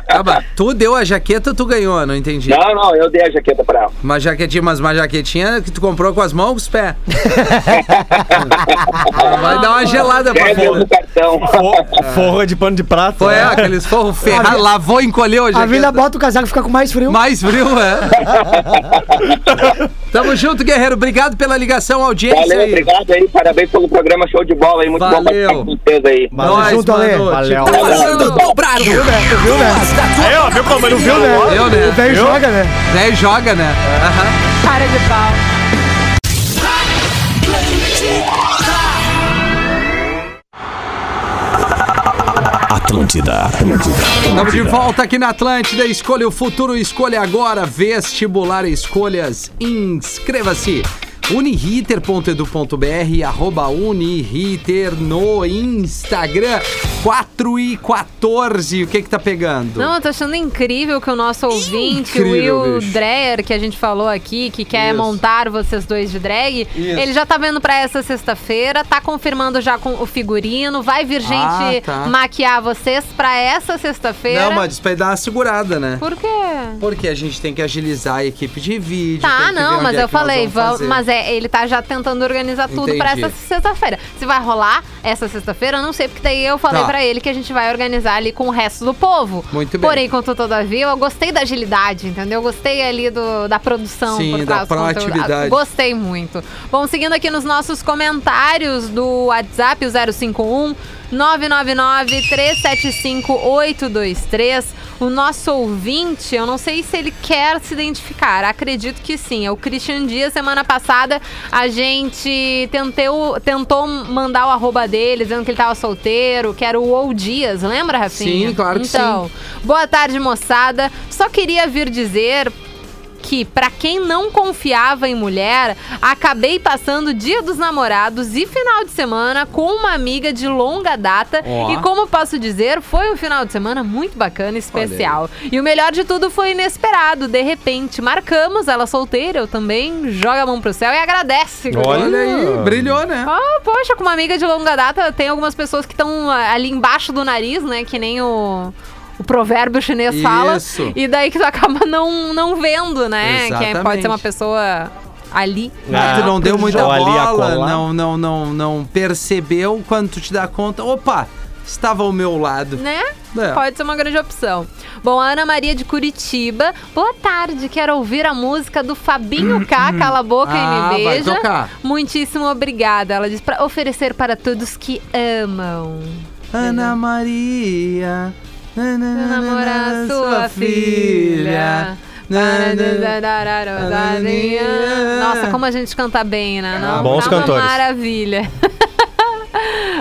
Speaker 4: Ah, bah, tu deu a jaqueta ou tu ganhou? Não entendi.
Speaker 9: não, não, eu dei a jaqueta pra ela.
Speaker 4: Uma jaquetinha, mas uma jaquetinha que tu comprou com as mãos ou com os
Speaker 5: [laughs]
Speaker 4: pés? Vai dar uma gelada pra
Speaker 9: Ganhei
Speaker 4: fora.
Speaker 9: no cartão.
Speaker 6: Fo- Forra de pano de prata.
Speaker 4: Foi
Speaker 6: né?
Speaker 4: é, aqueles forros ferrados, lavou, encolheu a
Speaker 5: A Vila
Speaker 4: jaqueta.
Speaker 5: bota o casaco e fica com mais frio.
Speaker 4: Mais frio, é. Tamo junto, guerreiro. Obrigado pela ligação, audiência
Speaker 9: Valeu,
Speaker 4: É aí.
Speaker 9: obrigado aí. Parabéns pelo programa Show de Bola aí. Muito bom
Speaker 4: Valeu.
Speaker 9: participar com vocês aí.
Speaker 6: Valeu.
Speaker 4: Nós,
Speaker 5: junto, Ale.
Speaker 4: mano,
Speaker 6: Valeu.
Speaker 4: Tá passando dobrado.
Speaker 5: Viu, né?
Speaker 6: Aí, ó, viu como ele viu, né?
Speaker 4: Eu, né?
Speaker 5: O velho
Speaker 6: Viu?
Speaker 5: joga, né?
Speaker 4: Né, joga, né? Aham.
Speaker 3: cara de pau.
Speaker 1: Atlântida, Atlântida.
Speaker 4: Estamos de volta aqui na Atlântida. Escolha o futuro, escolha agora. Vestibular Escolhas. Inscreva-se. uniriter.edu.br arroba uniriter no Instagram 4 e 14. O que que tá pegando?
Speaker 3: Não, eu tô achando incrível que o nosso ouvinte, o
Speaker 4: Incrível,
Speaker 3: Will
Speaker 4: bicho.
Speaker 3: Dreyer, que a gente falou aqui, que quer
Speaker 4: Isso.
Speaker 3: montar vocês dois de drag, ele já tá vendo pra essa sexta-feira, tá confirmando já com o figurino, vai vir gente
Speaker 4: Ah, tá.
Speaker 3: maquiar vocês pra essa sexta-feira.
Speaker 4: Não, mas isso vai dar uma segurada, né?
Speaker 3: Por quê?
Speaker 4: Porque a gente tem que agilizar a equipe de vídeo. tem
Speaker 3: Tá,
Speaker 4: que ver
Speaker 3: não,
Speaker 4: onde
Speaker 3: mas
Speaker 4: é
Speaker 3: eu
Speaker 4: que nós
Speaker 3: falei,
Speaker 4: vamos
Speaker 3: va-
Speaker 4: fazer.
Speaker 3: mas é, ele tá já tentando organizar tudo pra
Speaker 4: Entendi.
Speaker 3: essa sexta-feira. Se vai rolar essa sexta-feira, eu não sei, porque daí eu falei
Speaker 4: Tá.
Speaker 3: pra ele que a gente vai organizar ali com o resto do povo.
Speaker 4: Muito bem.
Speaker 3: Porém, contudo, todavia, eu gostei da agilidade, entendeu? Eu gostei ali do, da produção.
Speaker 4: Sim,
Speaker 3: por
Speaker 4: da
Speaker 3: trás do conteúdo.
Speaker 4: proatividade.
Speaker 3: Gostei muito. Bom, seguindo aqui nos nossos comentários do WhatsApp, o 051 999 375 823. O nosso ouvinte, eu não sei se ele quer se identificar, acredito que sim. É o Christian Dias. Semana passada a gente tentou, tentou mandar o arroba dele, dizendo que ele tava solteiro, que era o Ou Dias, lembra, Rafinha?
Speaker 4: Sim, claro que sim.
Speaker 3: então, Boa tarde, moçada. Só queria vir dizer que pra quem não confiava em mulher, acabei passando o Dia dos Namorados e final de semana com uma amiga de longa data
Speaker 4: Ó.
Speaker 3: e como posso dizer, foi um final de semana muito bacana, e especial. E o melhor de tudo foi inesperado, de repente marcamos, ela solteira, eu também, joga a mão pro céu e agradece.
Speaker 4: Olha aí, brilhou, né?
Speaker 3: Ah, poxa, com uma amiga de longa data, tem algumas pessoas que estão ah, ali embaixo do nariz, né? Que nem o, o provérbio chinês fala.
Speaker 4: Isso.
Speaker 3: E daí que tu acaba não, não vendo, né? Que é- pode
Speaker 4: Exatamente.
Speaker 3: ser uma pessoa ali.
Speaker 4: Ah, tu não deu muita
Speaker 6: Ou ali a
Speaker 4: bola,
Speaker 6: colar.
Speaker 4: não, não, não, não percebeu quando tu te dá conta. Opa, estava ao meu lado.
Speaker 3: Né?
Speaker 4: É.
Speaker 3: Pode ser uma grande opção. Bom, a Ana Maria de Curitiba. Boa tarde, quero ouvir a música do Fabinho K, Cala a Boca
Speaker 4: Ah,
Speaker 3: e Me
Speaker 4: vai
Speaker 3: Beija.
Speaker 4: tocar.
Speaker 3: Muitíssimo obrigada. Ela diz pra oferecer para todos que amam.
Speaker 4: Ana Maria, na, na, na, na,
Speaker 3: namorar
Speaker 4: na,
Speaker 3: sua filha.
Speaker 4: Na, na, na.
Speaker 3: Nossa, como a gente canta bem, né? Não,
Speaker 6: Bons
Speaker 3: tá uma
Speaker 6: cantores.
Speaker 3: maravilha. [laughs]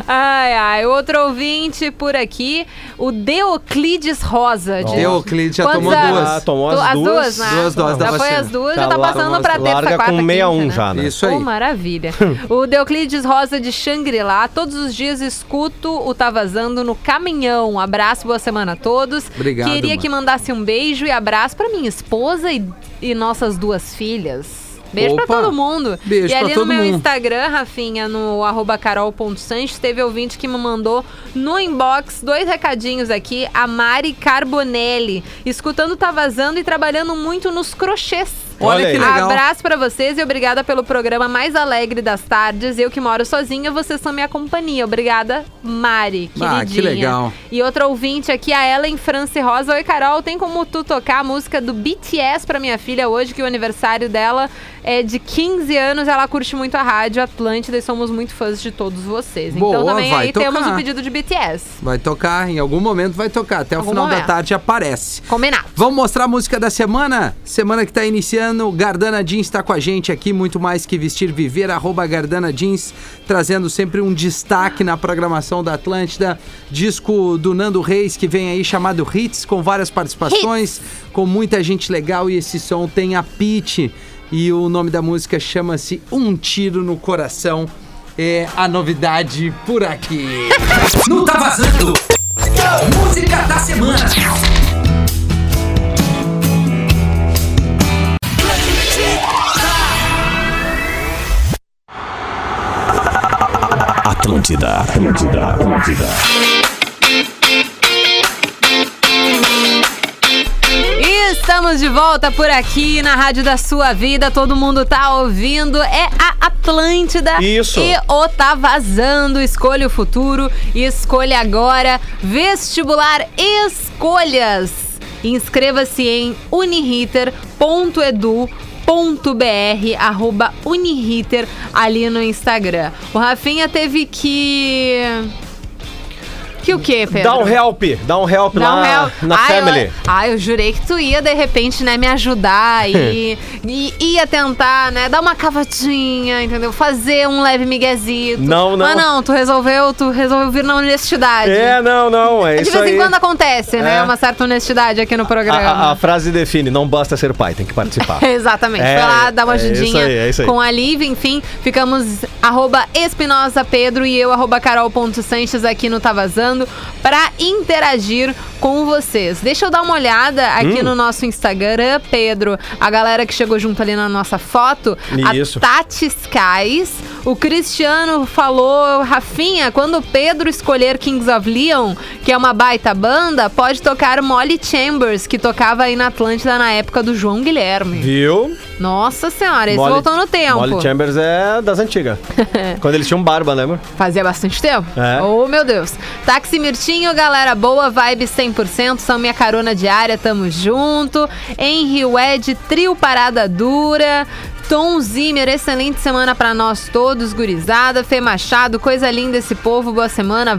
Speaker 3: Ai, ai, outro ouvinte por aqui, o Deoclides Rosa. de-
Speaker 4: Deoclides já
Speaker 3: Quantos
Speaker 4: tomou
Speaker 3: anos?
Speaker 4: duas.
Speaker 6: Ah, tomou
Speaker 3: Tu-
Speaker 6: as duas.
Speaker 3: duas, né?
Speaker 4: Duas doses da
Speaker 3: Já foi
Speaker 4: vacina.
Speaker 3: as duas,
Speaker 6: Tá
Speaker 3: já tá
Speaker 6: lá,
Speaker 3: passando
Speaker 6: tomou
Speaker 3: pra
Speaker 6: as-
Speaker 3: terça,
Speaker 6: Larga
Speaker 3: quarta,
Speaker 6: com
Speaker 3: quinta,
Speaker 6: 61
Speaker 3: né?
Speaker 6: já, né?
Speaker 4: Isso aí.
Speaker 3: Oh, maravilha. o Deoclides Rosa de Xangri-Lá. Todos os dias escuto o Tá Vazando no caminhão. Um abraço, boa semana a todos.
Speaker 4: Obrigado,
Speaker 3: Queria
Speaker 4: mano.
Speaker 3: que mandasse um beijo e abraço pra minha esposa e, e nossas duas filhas. Beijo pra
Speaker 4: Opa.
Speaker 3: todo mundo.
Speaker 4: Beijo
Speaker 3: e
Speaker 4: pra
Speaker 3: ali
Speaker 4: todo
Speaker 3: no meu
Speaker 4: mundo.
Speaker 3: Instagram, Rafinha, no arroba carol.sanches, teve ouvinte que me mandou no inbox dois recadinhos aqui. A Mari Carbonelli, escutando Tá Vazando e trabalhando muito nos crochês.
Speaker 4: Olha que
Speaker 6: aí.
Speaker 4: legal.
Speaker 3: Abraço pra vocês e obrigada pelo programa mais alegre das tardes. Eu que moro sozinha, vocês são minha companhia. Obrigada, Mari, queridinha.
Speaker 4: Ah, que legal.
Speaker 3: E outra ouvinte aqui, a Ellen France Rosa. Oi, Carol, tem como tu tocar a música do BTS pra minha filha hoje, que o aniversário dela é de 15 anos. Ela curte muito a rádio Atlântida e somos muito fãs de todos vocês. então
Speaker 4: Boa,
Speaker 3: também
Speaker 4: vai
Speaker 3: aí temos
Speaker 4: tocar.
Speaker 3: o pedido de BTS.
Speaker 4: Vai tocar, em algum momento vai tocar. Até o
Speaker 3: Algum
Speaker 4: final da
Speaker 3: momento.
Speaker 4: tarde aparece.
Speaker 3: Combinado.
Speaker 4: Vamos mostrar a música da semana? Semana que tá iniciando, Gardana Jeans tá com a gente aqui, muito mais que vestir viver, arroba Gardana Jeans, trazendo sempre um destaque na programação da Atlântida. Disco do Nando Reis que vem aí chamado Hits, com várias participações, com muita gente legal e esse som tem a Pete. E o nome da música chama-se Um Tiro no Coração. É a novidade por aqui. [laughs] Não tá vazando! Música da semana!
Speaker 1: Atlântida, Atlântida, Atlântida.
Speaker 3: E estamos de volta por aqui na Rádio da Sua Vida. Todo mundo tá ouvindo. É a Atlântida.
Speaker 6: Isso.
Speaker 3: E o Tá Vazando. Escolha o futuro. Escolha agora. Vestibular Escolhas. Inscreva-se em uniriter.edu uniriter.br, arroba uniriter ali no Instagram. O Rafinha teve que. Que o quê, Pedro?
Speaker 6: Dá um help, dá um help
Speaker 3: Dá um
Speaker 6: na,
Speaker 3: real.
Speaker 6: na
Speaker 3: Ai,
Speaker 6: family.
Speaker 3: Eu, ai, eu jurei que tu ia, de repente, né, me ajudar
Speaker 6: [laughs]
Speaker 3: e, e ia tentar, né, dar uma cavadinha, entendeu? Fazer um leve miguezito.
Speaker 6: Não, não.
Speaker 3: Mas não, tu resolveu, tu resolveu vir na honestidade.
Speaker 6: É, não, não, é
Speaker 3: De
Speaker 6: isso
Speaker 3: vez
Speaker 6: aí.
Speaker 3: em quando acontece, né?
Speaker 6: É.
Speaker 3: Uma certa honestidade aqui no
Speaker 6: A,
Speaker 3: programa.
Speaker 6: a- a frase define, não basta ser pai, tem
Speaker 3: [laughs]
Speaker 6: que participar.
Speaker 3: Exatamente.
Speaker 6: É,
Speaker 3: Foi lá dar uma
Speaker 6: é isso
Speaker 3: ajudinha
Speaker 6: aí, é isso aí.
Speaker 3: com a Liv, enfim. Ficamos arroba Espinosa Pedro e eu, arroba Carol.Sanches aqui no Tá Vazando pra interagir com vocês. Deixa eu dar uma olhada
Speaker 6: Hum.
Speaker 3: aqui no nosso Instagram, Pedro. A galera que chegou junto ali na nossa foto.
Speaker 6: Isso.
Speaker 3: A Tati Skies. O Cristiano falou, Rafinha, quando o Pedro escolher Kings of Leon, que é uma baita banda, pode tocar Molly Chambers, que tocava aí na Atlântida na época do João Guilherme.
Speaker 6: Viu?
Speaker 3: Nossa senhora, esse
Speaker 6: Molly-
Speaker 3: voltou no tempo.
Speaker 6: Molly Chambers é
Speaker 3: [laughs]
Speaker 6: das antigas. Quando eles tinham barba, né, lembra?
Speaker 3: Fazia bastante tempo?
Speaker 6: É.
Speaker 3: Oh, meu Deus. Táxi Mirtinho, galera boa, vibe 100%, são minha carona diária, tamo junto. Henry Wed, trio Parada Dura. Tom Zimmer, excelente semana pra nós todos, gurizada. Fê Machado, coisa linda esse povo, boa semana,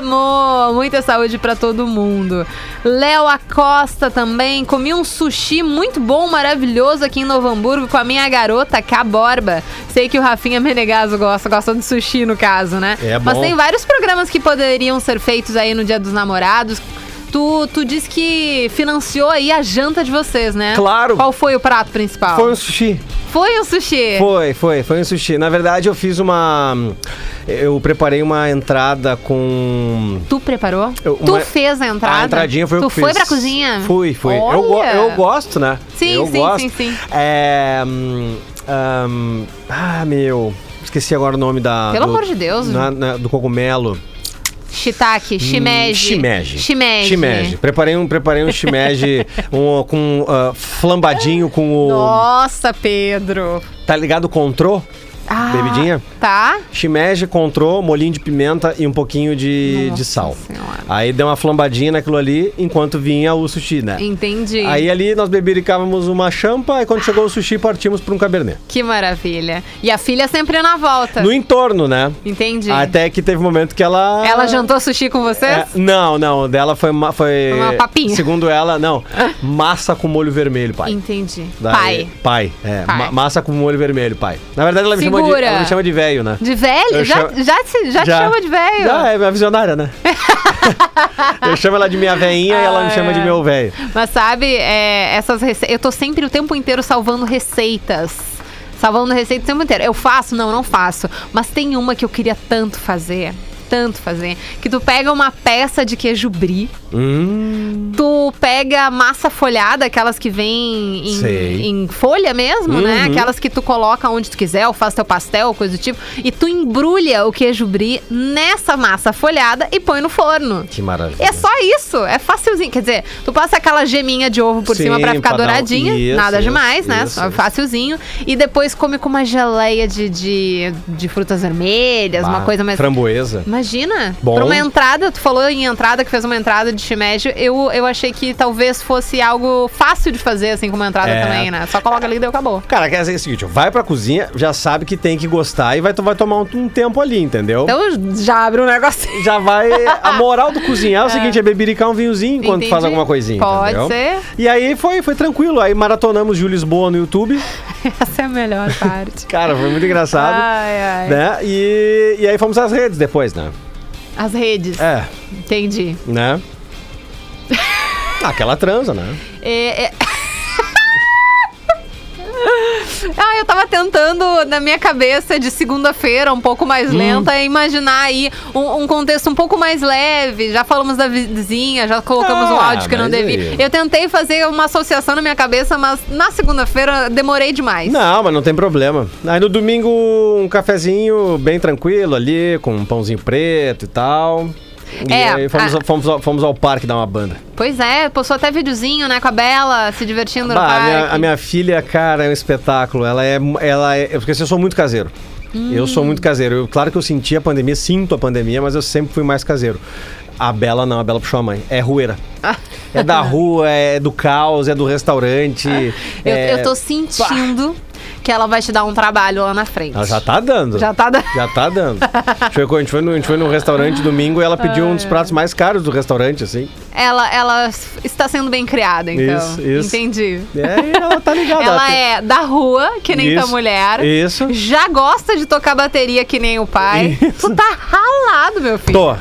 Speaker 3: vamos! Muita saúde pra todo mundo. Léo Acosta também, comi um sushi muito bom, maravilhoso aqui em Novo Hamburgo com a minha garota, K. Borba. Sei que o Rafinha Menegaso gosta, gosta de sushi no caso, né?
Speaker 6: É
Speaker 3: Mas
Speaker 6: bom.
Speaker 3: tem vários programas que poderiam ser feitos aí no Dia dos Namorados. Tu, tu disse que financiou aí a janta de vocês, né?
Speaker 6: Claro.
Speaker 3: Qual foi o prato principal?
Speaker 6: Foi um sushi.
Speaker 3: Foi o sushi.
Speaker 6: Foi, foi, foi um sushi. Na verdade, eu fiz uma. Eu preparei uma entrada com.
Speaker 3: Tu preparou?
Speaker 6: Eu- uma-
Speaker 3: Tu fez a entrada?
Speaker 6: A entradinha foi
Speaker 3: tu
Speaker 6: eu que fiz.
Speaker 3: foi pra cozinha?
Speaker 6: Fui, fui. Eu, go-
Speaker 3: Olha!
Speaker 6: eu gosto, né?
Speaker 3: Sim,
Speaker 6: eu
Speaker 3: sim,
Speaker 6: gosto.
Speaker 3: sim, sim.
Speaker 6: É. hum, hum, ah, meu. Esqueci agora o nome da.
Speaker 3: Pelo amor de Deus.
Speaker 6: na- na- do cogumelo.
Speaker 3: Shiitake, shimeji.
Speaker 6: Hum, Shimeji.
Speaker 3: Shimeji.
Speaker 6: Shimeji. Preparei um, preparei
Speaker 3: [laughs]
Speaker 6: um shimeji um, com ah, flambadinho com o.
Speaker 3: Nossa, Pedro.
Speaker 6: Tá ligado? Contrô?
Speaker 3: Ah,
Speaker 6: Bebidinha?
Speaker 3: Tá.
Speaker 6: Shimeji, contrô, molinho de pimenta e um pouquinho de, de sal.
Speaker 3: Senhora.
Speaker 6: Aí deu uma flambadinha naquilo ali enquanto vinha o sushi, né?
Speaker 3: Entendi.
Speaker 6: Aí ali nós bebericávamos uma champa e quando chegou o sushi partimos para um cabernet.
Speaker 3: Que maravilha. E a filha sempre na volta.
Speaker 6: No entorno, né?
Speaker 3: Tá. Entendi.
Speaker 6: Até que teve um momento que ela.
Speaker 3: Ela jantou sushi com vocês?
Speaker 6: É, não, não. o Dela foi uma, foi.
Speaker 3: Uma papinha.
Speaker 6: Segundo
Speaker 3: [laughs]
Speaker 6: ela, não. massa com molho vermelho, pai.
Speaker 3: Entendi.
Speaker 6: É. Daí-
Speaker 3: Pai.
Speaker 6: Pai. É,
Speaker 3: Pai.
Speaker 6: ma- massa com molho vermelho, pai. Na verdade, ela me chama de.
Speaker 3: Segura.
Speaker 6: Ela me chama de velho, né?
Speaker 3: De velho?
Speaker 6: Eu
Speaker 3: Já,
Speaker 6: chamo-
Speaker 3: já, te, já te chama de velho?
Speaker 6: Já, é minha
Speaker 3: [laughs]
Speaker 6: visionária, né? eu chamo ela de minha veinha e
Speaker 3: Ah,
Speaker 6: ela me chama
Speaker 3: é.
Speaker 6: de meu velho.
Speaker 3: Mas sabe, é, essas receitas. Eu tô sempre o tempo inteiro salvando receitas. Salvando receitas o tempo inteiro. Eu faço? Não, não faço. Mas tem uma que eu queria tanto fazer. tanto fazer. Que tu pega uma peça de queijo brie,
Speaker 6: Hum.
Speaker 3: tu pega massa folhada, aquelas que vêm
Speaker 6: Sei. Uhum.
Speaker 3: em, em folha mesmo, né? Aquelas que tu coloca onde tu quiser, ou faz teu pastel, coisa do tipo. E tu embrulha o queijo brie nessa massa folhada e põe no forno.
Speaker 6: Que maravilha.
Speaker 3: É só isso, é facilzinho. Quer dizer, tu passa aquela geminha de ovo por
Speaker 6: Sim,
Speaker 3: cima pra ficar
Speaker 6: pra dar um-
Speaker 3: douradinha,
Speaker 6: Isso,
Speaker 3: nada
Speaker 6: isso,
Speaker 3: demais, né?
Speaker 6: isso,
Speaker 3: Só
Speaker 6: isso.
Speaker 3: facilzinho. E depois come com uma geleia de, de, de frutas vermelhas, uma
Speaker 6: Bah,
Speaker 3: coisa mais.
Speaker 6: Framboesa.
Speaker 3: Imagina,
Speaker 6: Bom.
Speaker 3: pra uma entrada, tu falou em entrada, que fez uma entrada de shimeji, eu, eu achei que talvez fosse algo fácil de fazer, assim, como entrada
Speaker 6: É.
Speaker 3: também, né? Só coloca ali e deu, acabou.
Speaker 6: Cara, quer dizer o seguinte, ó, vai pra cozinha, já sabe que tem que gostar e vai, to- vai tomar um, um tempo ali, entendeu?
Speaker 3: Então já abre um negocinho.
Speaker 6: já vai. A moral do
Speaker 3: [laughs]
Speaker 6: cozinhar é o seguinte: é bebericar um vinhozinho enquanto tu faz
Speaker 3: Entendi.
Speaker 6: alguma coisinha.
Speaker 3: Pode
Speaker 6: entendeu?
Speaker 3: ser. [laughs]
Speaker 6: E aí foi, foi tranquilo. Aí maratonamos Júlio Lisboa no YouTube.
Speaker 3: Essa é a melhor parte.
Speaker 6: Cara, foi muito engraçado.
Speaker 3: Ai, ai.
Speaker 6: Né? E, e aí fomos às redes depois, né?
Speaker 3: As redes,
Speaker 6: É,
Speaker 3: entendi. [laughs]
Speaker 6: né? Aquela transa, né?
Speaker 3: É, [laughs] é- Ah, eu tava tentando, na minha cabeça, de segunda-feira, um pouco mais
Speaker 6: Hum.
Speaker 3: lenta, imaginar aí um, um contexto um pouco mais leve. Já falamos da vizinha, já colocamos
Speaker 6: Ah,
Speaker 3: um áudio que não
Speaker 6: mas
Speaker 3: devia.
Speaker 6: aí-
Speaker 3: Eu tentei fazer uma associação na minha cabeça, mas na segunda-feira demorei demais.
Speaker 6: Não, mas não tem problema. Aí no domingo, um cafezinho bem tranquilo ali, com um pãozinho preto e tal. E
Speaker 3: É,
Speaker 6: aí fomos,
Speaker 3: a-
Speaker 6: fomos ao, fomos ao parque dar uma banda.
Speaker 3: Pois é, postou até videozinho, né, com a Bela, se divertindo no
Speaker 6: Bah, a,
Speaker 3: parque.
Speaker 6: minha, a minha filha, cara, é um espetáculo. Ela é. Ela é porque assim, eu sou muito caseiro.
Speaker 3: Hum.
Speaker 6: Eu sou muito caseiro. Eu- claro que eu senti a pandemia, sinto a pandemia, mas eu sempre fui mais caseiro. A Bela não, a Bela puxou a mãe. É rueira.
Speaker 3: Ah.
Speaker 6: É da rua, é do caos, é do restaurante.
Speaker 3: [laughs] Eu,
Speaker 6: é-
Speaker 3: eu tô sentindo que ela vai te dar um trabalho lá na frente.
Speaker 6: Ela já tá dando.
Speaker 3: Já tá dando.
Speaker 6: [laughs] Já tá dando. A gente foi- a gente foi no, a gente foi no restaurante domingo e ela pediu um dos
Speaker 3: Ah.
Speaker 6: pratos mais caros do restaurante, assim.
Speaker 3: Ela, ela s- está sendo bem criada, então.
Speaker 6: Isso, isso.
Speaker 3: Entendi.
Speaker 6: E aí ela tá ligada.
Speaker 3: Ela
Speaker 6: tem-
Speaker 3: é da rua, que nem tua
Speaker 6: Isso,
Speaker 3: mulher.
Speaker 6: Isso.
Speaker 3: Já gosta de tocar bateria que nem o pai. Tu tá ralado, meu filho.
Speaker 6: Tô.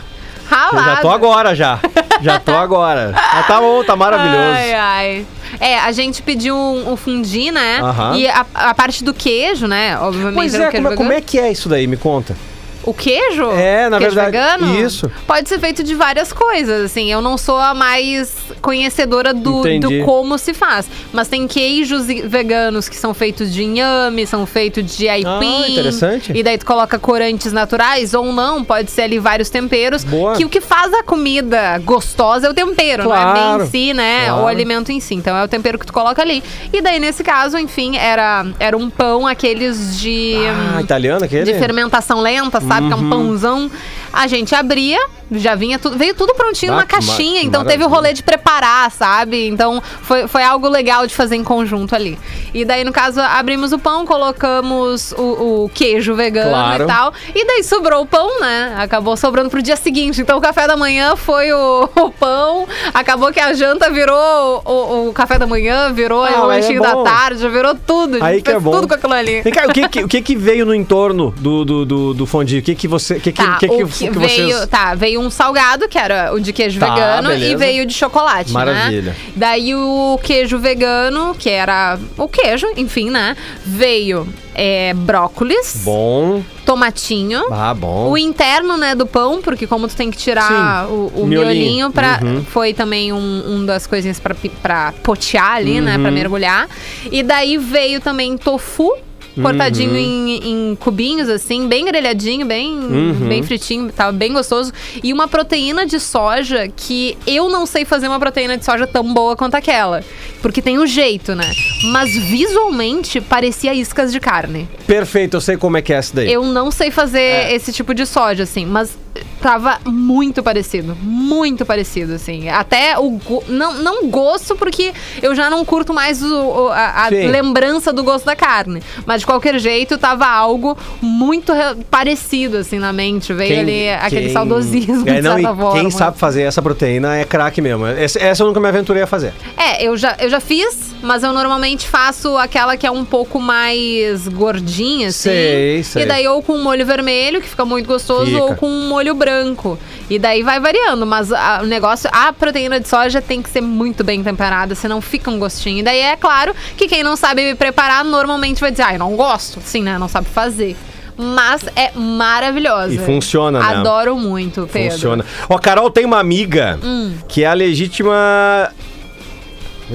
Speaker 6: Eu
Speaker 3: Ralado.
Speaker 6: já tô agora, já. Já tô agora. Mas tá bom, tá maravilhoso.
Speaker 3: Ai, ai. É, a gente pediu um, um fundi, né?
Speaker 6: Aham.
Speaker 3: E a, a parte do queijo, né? Obviamente.
Speaker 6: Pois
Speaker 3: era
Speaker 6: é,
Speaker 3: o queijo
Speaker 6: como, é- como
Speaker 3: vegano.
Speaker 6: é que é isso daí? Me conta.
Speaker 3: O queijo?
Speaker 6: É, na
Speaker 3: queijo
Speaker 6: verdade,
Speaker 3: Vegano,
Speaker 6: isso.
Speaker 3: Pode ser feito de várias coisas, assim. Eu não sou a mais conhecedora do,
Speaker 6: Entendi.
Speaker 3: do como se faz. Mas tem queijos e- veganos que são feitos de inhame, são feitos de aipim.
Speaker 6: Ah, interessante.
Speaker 3: E daí tu coloca corantes naturais ou não, pode ser ali vários temperos.
Speaker 6: Boa.
Speaker 3: Que o que faz a comida gostosa é o tempero, não é
Speaker 6: Claro.
Speaker 3: bem em si, né?
Speaker 6: Claro.
Speaker 3: O alimento em si. Então é o tempero que tu coloca ali. E daí, nesse caso, enfim, era, era um pão, aqueles de.
Speaker 6: Ah,
Speaker 3: hum,
Speaker 6: italiano aquele?
Speaker 3: de fermentação lenta, sabe? Que
Speaker 6: Uhum.
Speaker 3: é um pãozão. A gente abria, já vinha tudo, veio tudo prontinho
Speaker 6: Ah,
Speaker 3: na
Speaker 6: que mar-
Speaker 3: caixinha,
Speaker 6: que
Speaker 3: então teve o
Speaker 6: maravilha.
Speaker 3: rolê de preparar, sabe? Então foi, foi algo legal de fazer em conjunto ali. E daí, no caso, abrimos o pão, colocamos o, o queijo vegano
Speaker 6: Claro.
Speaker 3: e tal. E daí sobrou o pão, né? Acabou sobrando pro dia seguinte. Então o café da manhã foi o, [laughs] o pão, acabou que a janta virou o, o café da manhã, virou
Speaker 6: Ah,
Speaker 3: o
Speaker 6: mas é
Speaker 3: lanchinho da
Speaker 6: bom.
Speaker 3: tarde, virou tudo. a
Speaker 6: Aí
Speaker 3: gente
Speaker 6: que é
Speaker 3: fez
Speaker 6: bom.
Speaker 3: tudo com aquilo ali.
Speaker 6: Vem cá, o que, que- o que que veio no entorno do, do, do, do fondue? O que que você... O que que,
Speaker 3: Tá,
Speaker 6: o que, que,
Speaker 3: o que
Speaker 6: que
Speaker 3: veio, tá, veio um salgado, que era o de queijo
Speaker 6: Tá,
Speaker 3: vegano, e
Speaker 6: beleza.
Speaker 3: veio de chocolate,
Speaker 6: Maravilha.
Speaker 3: né? Daí o queijo vegano, que era o queijo, enfim, né? Veio é, brócolis,
Speaker 6: Bom.
Speaker 3: tomatinho.
Speaker 6: Ah, bom.
Speaker 3: O interno, né, do pão, porque como tu tem que tirar o,
Speaker 6: Sim,
Speaker 3: o
Speaker 6: miolinho.
Speaker 3: miolinho, pra,
Speaker 6: Uhum.
Speaker 3: foi também um, um das coisinhas pra, pi- pra potear ali, né,
Speaker 6: Uhum.
Speaker 3: pra mergulhar. E daí veio também tofu,
Speaker 6: Uhum.
Speaker 3: cortadinho em, em cubinhos, assim, bem grelhadinho, bem,
Speaker 6: Uhum.
Speaker 3: bem fritinho, tava bem gostoso. E uma proteína de soja que eu não sei fazer uma proteína de soja tão boa quanto aquela. Porque tem o jeito, né? Mas visualmente parecia iscas de carne.
Speaker 6: Perfeito, eu sei como é que é essa daí. É.
Speaker 3: Eu não sei fazer esse tipo de soja, assim, mas tava muito parecido. Muito parecido, assim. Até o. go- Não, não gosto, porque eu já não curto mais o- o- a, a
Speaker 6: Sim.
Speaker 3: lembrança do gosto da carne. Mas de qualquer jeito, tava algo muito re- parecido, assim, na mente. Veio ali aquele
Speaker 6: quem-
Speaker 3: saudosismo,
Speaker 6: É,
Speaker 3: de
Speaker 6: não, e
Speaker 3: certa forma.
Speaker 6: Quem sabe fazer essa proteína é craque mesmo. Essa, essa eu nunca me aventurei a fazer.
Speaker 3: É, eu já, eu já fiz, mas eu normalmente faço aquela que é um pouco mais gordinha, assim.
Speaker 6: Sei, sei.
Speaker 3: E daí ou com um molho vermelho, que fica muito gostoso,
Speaker 6: Fica.
Speaker 3: ou com um molho branco. E daí vai variando, mas a- o negócio, a proteína de soja tem que ser muito bem temperada, senão fica um gostinho. E daí é claro que quem não sabe preparar normalmente vai dizer, ai, não gosto, sim, né? Não sabe fazer. mas é maravilhosa.
Speaker 6: E funciona, né?
Speaker 3: Adoro muito, Pedro.
Speaker 6: Funciona. Ó, Carol tem uma amiga
Speaker 3: Hum.
Speaker 6: que é a legítima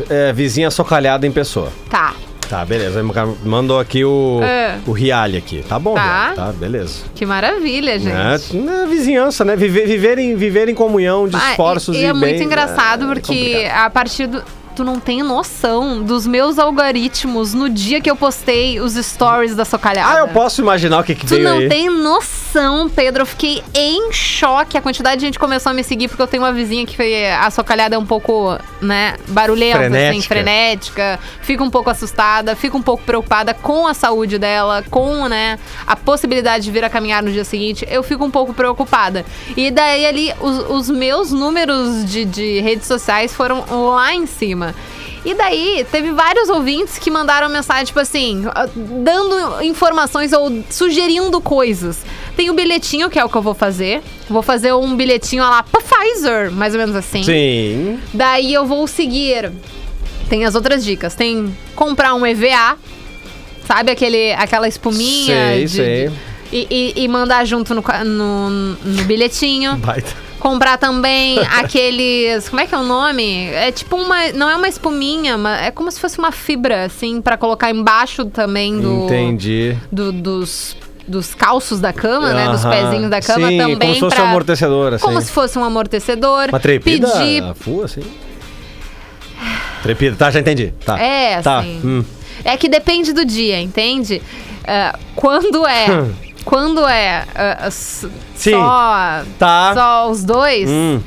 Speaker 6: é, vizinha socalhada em pessoa.
Speaker 3: Tá.
Speaker 6: Tá, beleza. O cara Mandou aqui o,
Speaker 3: É.
Speaker 6: o Rialli aqui. Tá bom,
Speaker 3: Tá.
Speaker 6: Rialli, tá beleza.
Speaker 3: Que maravilha, gente.
Speaker 6: É, na vizinhança, né? Viver, viver, em, viver em comunhão de
Speaker 3: Ah,
Speaker 6: esforços
Speaker 3: e,
Speaker 6: e,
Speaker 3: e é muito
Speaker 6: bens,
Speaker 3: engraçado
Speaker 6: é,
Speaker 3: porque
Speaker 6: complicado.
Speaker 3: a partir do tu não tem noção dos meus algoritmos no dia que eu postei os stories da socalhada.
Speaker 6: Ah, eu posso imaginar o que, que
Speaker 3: Tu
Speaker 6: veio
Speaker 3: não
Speaker 6: aí.
Speaker 3: tem noção, Pedro. Eu fiquei em choque. A quantidade de gente começou a me seguir porque eu tenho uma vizinha que foi- a socalhada é um pouco, né, barulhenta, assim,
Speaker 6: Frenética.
Speaker 3: frenética. Fica um pouco assustada, fica um pouco preocupada com a saúde dela, com, né, a possibilidade de vir a caminhar no dia seguinte. Eu fico um pouco preocupada. E daí ali, os, os meus números de, de redes sociais foram lá em cima. E daí, teve vários ouvintes que mandaram mensagem, tipo assim, ah, dando informações ou sugerindo coisas. Tem o bilhetinho, que é o que eu vou fazer. Vou fazer um bilhetinho lá pra Pfizer, mais ou menos assim.
Speaker 6: Sim.
Speaker 3: Daí eu vou seguir. Tem as outras dicas. Tem comprar um EVA, sabe? Aquele, aquela espuminha.
Speaker 6: Sei,
Speaker 3: de-
Speaker 6: sei.
Speaker 3: de- e, e- e mandar junto no, ca- no, no bilhetinho.
Speaker 6: Baita.
Speaker 3: Comprar
Speaker 6: [laughs]
Speaker 3: também aqueles. Como é que é o nome? É tipo uma. Não é uma espuminha, mas é como se fosse uma fibra, assim, pra colocar embaixo também do.
Speaker 6: Entendi.
Speaker 3: do- dos. Dos calços da cama, né? Dos
Speaker 6: Aham.
Speaker 3: pezinhos da cama
Speaker 6: Sim,
Speaker 3: também.
Speaker 6: Como se fosse
Speaker 3: pra-
Speaker 6: um amortecedor, assim.
Speaker 3: Como se fosse um amortecedor.
Speaker 6: Uma trepida
Speaker 3: Pedir
Speaker 6: full, assim? Trepida, tá, já entendi. Tá.
Speaker 3: É,
Speaker 6: tá.
Speaker 3: assim.
Speaker 6: hum.
Speaker 3: É que depende do dia, entende? Ah, quando é. quando é ah, s-
Speaker 6: Hum. Sim.
Speaker 3: só.
Speaker 6: Tá.
Speaker 3: Só os dois?
Speaker 6: Hum.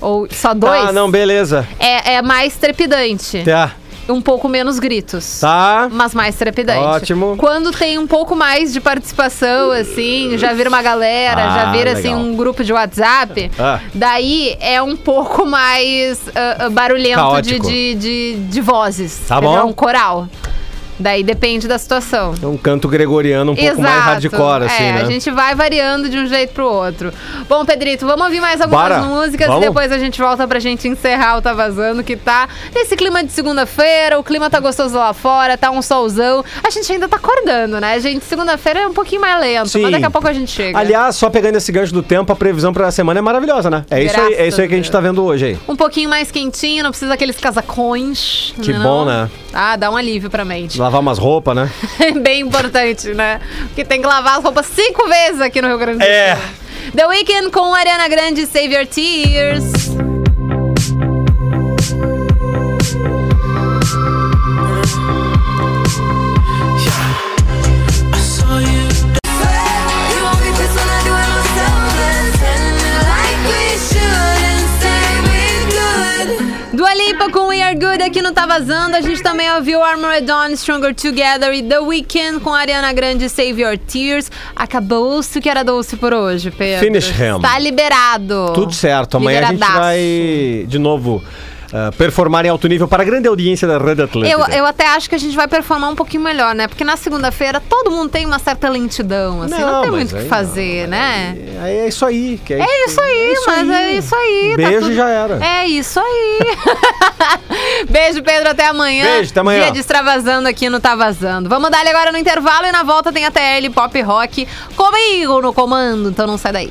Speaker 3: Ou só dois?
Speaker 6: Tá, não, beleza.
Speaker 3: é, é mais trepidante.
Speaker 6: Tá,
Speaker 3: Um pouco menos gritos.
Speaker 6: tá.
Speaker 3: Mas mais trepidante.
Speaker 6: Ótimo.
Speaker 3: Quando tem um pouco mais de participação, assim, já vira uma galera,
Speaker 6: Ah,
Speaker 3: já vira, assim,
Speaker 6: legal.
Speaker 3: um grupo de WhatsApp,
Speaker 6: Ah.
Speaker 3: daí é um pouco mais ah, ah, barulhento de,
Speaker 6: Caótico.
Speaker 3: de, de, de vozes.
Speaker 6: Tá
Speaker 3: entendeu?
Speaker 6: bom.
Speaker 3: Um coral. Daí depende da situação.
Speaker 6: É um canto gregoriano um pouco mais hardcore, assim,
Speaker 3: é,
Speaker 6: né?
Speaker 3: a gente vai variando de um jeito pro outro. Bom, Pedrito, vamos ouvir mais algumas
Speaker 6: Bora.
Speaker 3: músicas
Speaker 6: Vamos.
Speaker 3: e depois a gente volta pra gente encerrar o Tá Vazando, que tá nesse clima de segunda-feira, o clima tá gostoso lá fora, tá um solzão. A gente ainda tá acordando, né, gente? Segunda-feira é um pouquinho mais lento, mas
Speaker 6: Sim.
Speaker 3: daqui a pouco a gente chega.
Speaker 6: Aliás, só pegando esse gancho do tempo, a previsão pra semana é maravilhosa, né? É isso aí, é
Speaker 3: Graças
Speaker 6: isso aí que a gente
Speaker 3: a
Speaker 6: tá vendo hoje aí.
Speaker 3: um pouquinho mais quentinho, não precisa daqueles casacões.
Speaker 6: Que
Speaker 3: não?
Speaker 6: bom, né?
Speaker 3: Ah, dá um alívio pra mente.
Speaker 6: Lavar umas roupas, né?
Speaker 3: É [laughs] bem importante, né? Porque tem que lavar as roupas cinco vezes aqui no Rio Grande do Sul.
Speaker 6: É.
Speaker 3: The Weeknd com Ariana Grande, Save Your Tears. Dua Lipa com We Are Good aqui no Tá Vazando. A gente também ouviu Armored Dawn, Stronger Together e The Weeknd com Ariana Grande, Save Your Tears. Acabou-se o que era doce por hoje, Pedro.
Speaker 6: Finish him.
Speaker 3: Tá liberado.
Speaker 6: Tudo certo. Amanhã a gente
Speaker 3: Liberadaço.
Speaker 6: vai, de novo, ah, performar em alto nível para a grande audiência da Rede Atlântica.
Speaker 3: Eu, eu até acho que a gente vai performar um pouquinho melhor, né? Porque na segunda-feira todo mundo tem uma certa lentidão, assim, não, tem muito
Speaker 6: mas
Speaker 3: o
Speaker 6: aí
Speaker 3: que
Speaker 6: não,
Speaker 3: fazer,
Speaker 6: mas
Speaker 3: né?
Speaker 6: aí- aí é isso aí. que
Speaker 3: É isso aí, mas é isso aí.
Speaker 6: Um Beijo
Speaker 3: tudo-
Speaker 6: já era.
Speaker 3: É isso aí. [laughs] Beijo, Pedro, até amanhã.
Speaker 6: Beijo, até amanhã.
Speaker 3: Dia de extravasando aqui no Tá Vazando. Vamos dar ele agora no intervalo e na volta tem a TL Pop Rock comigo no comando, então não sai daí.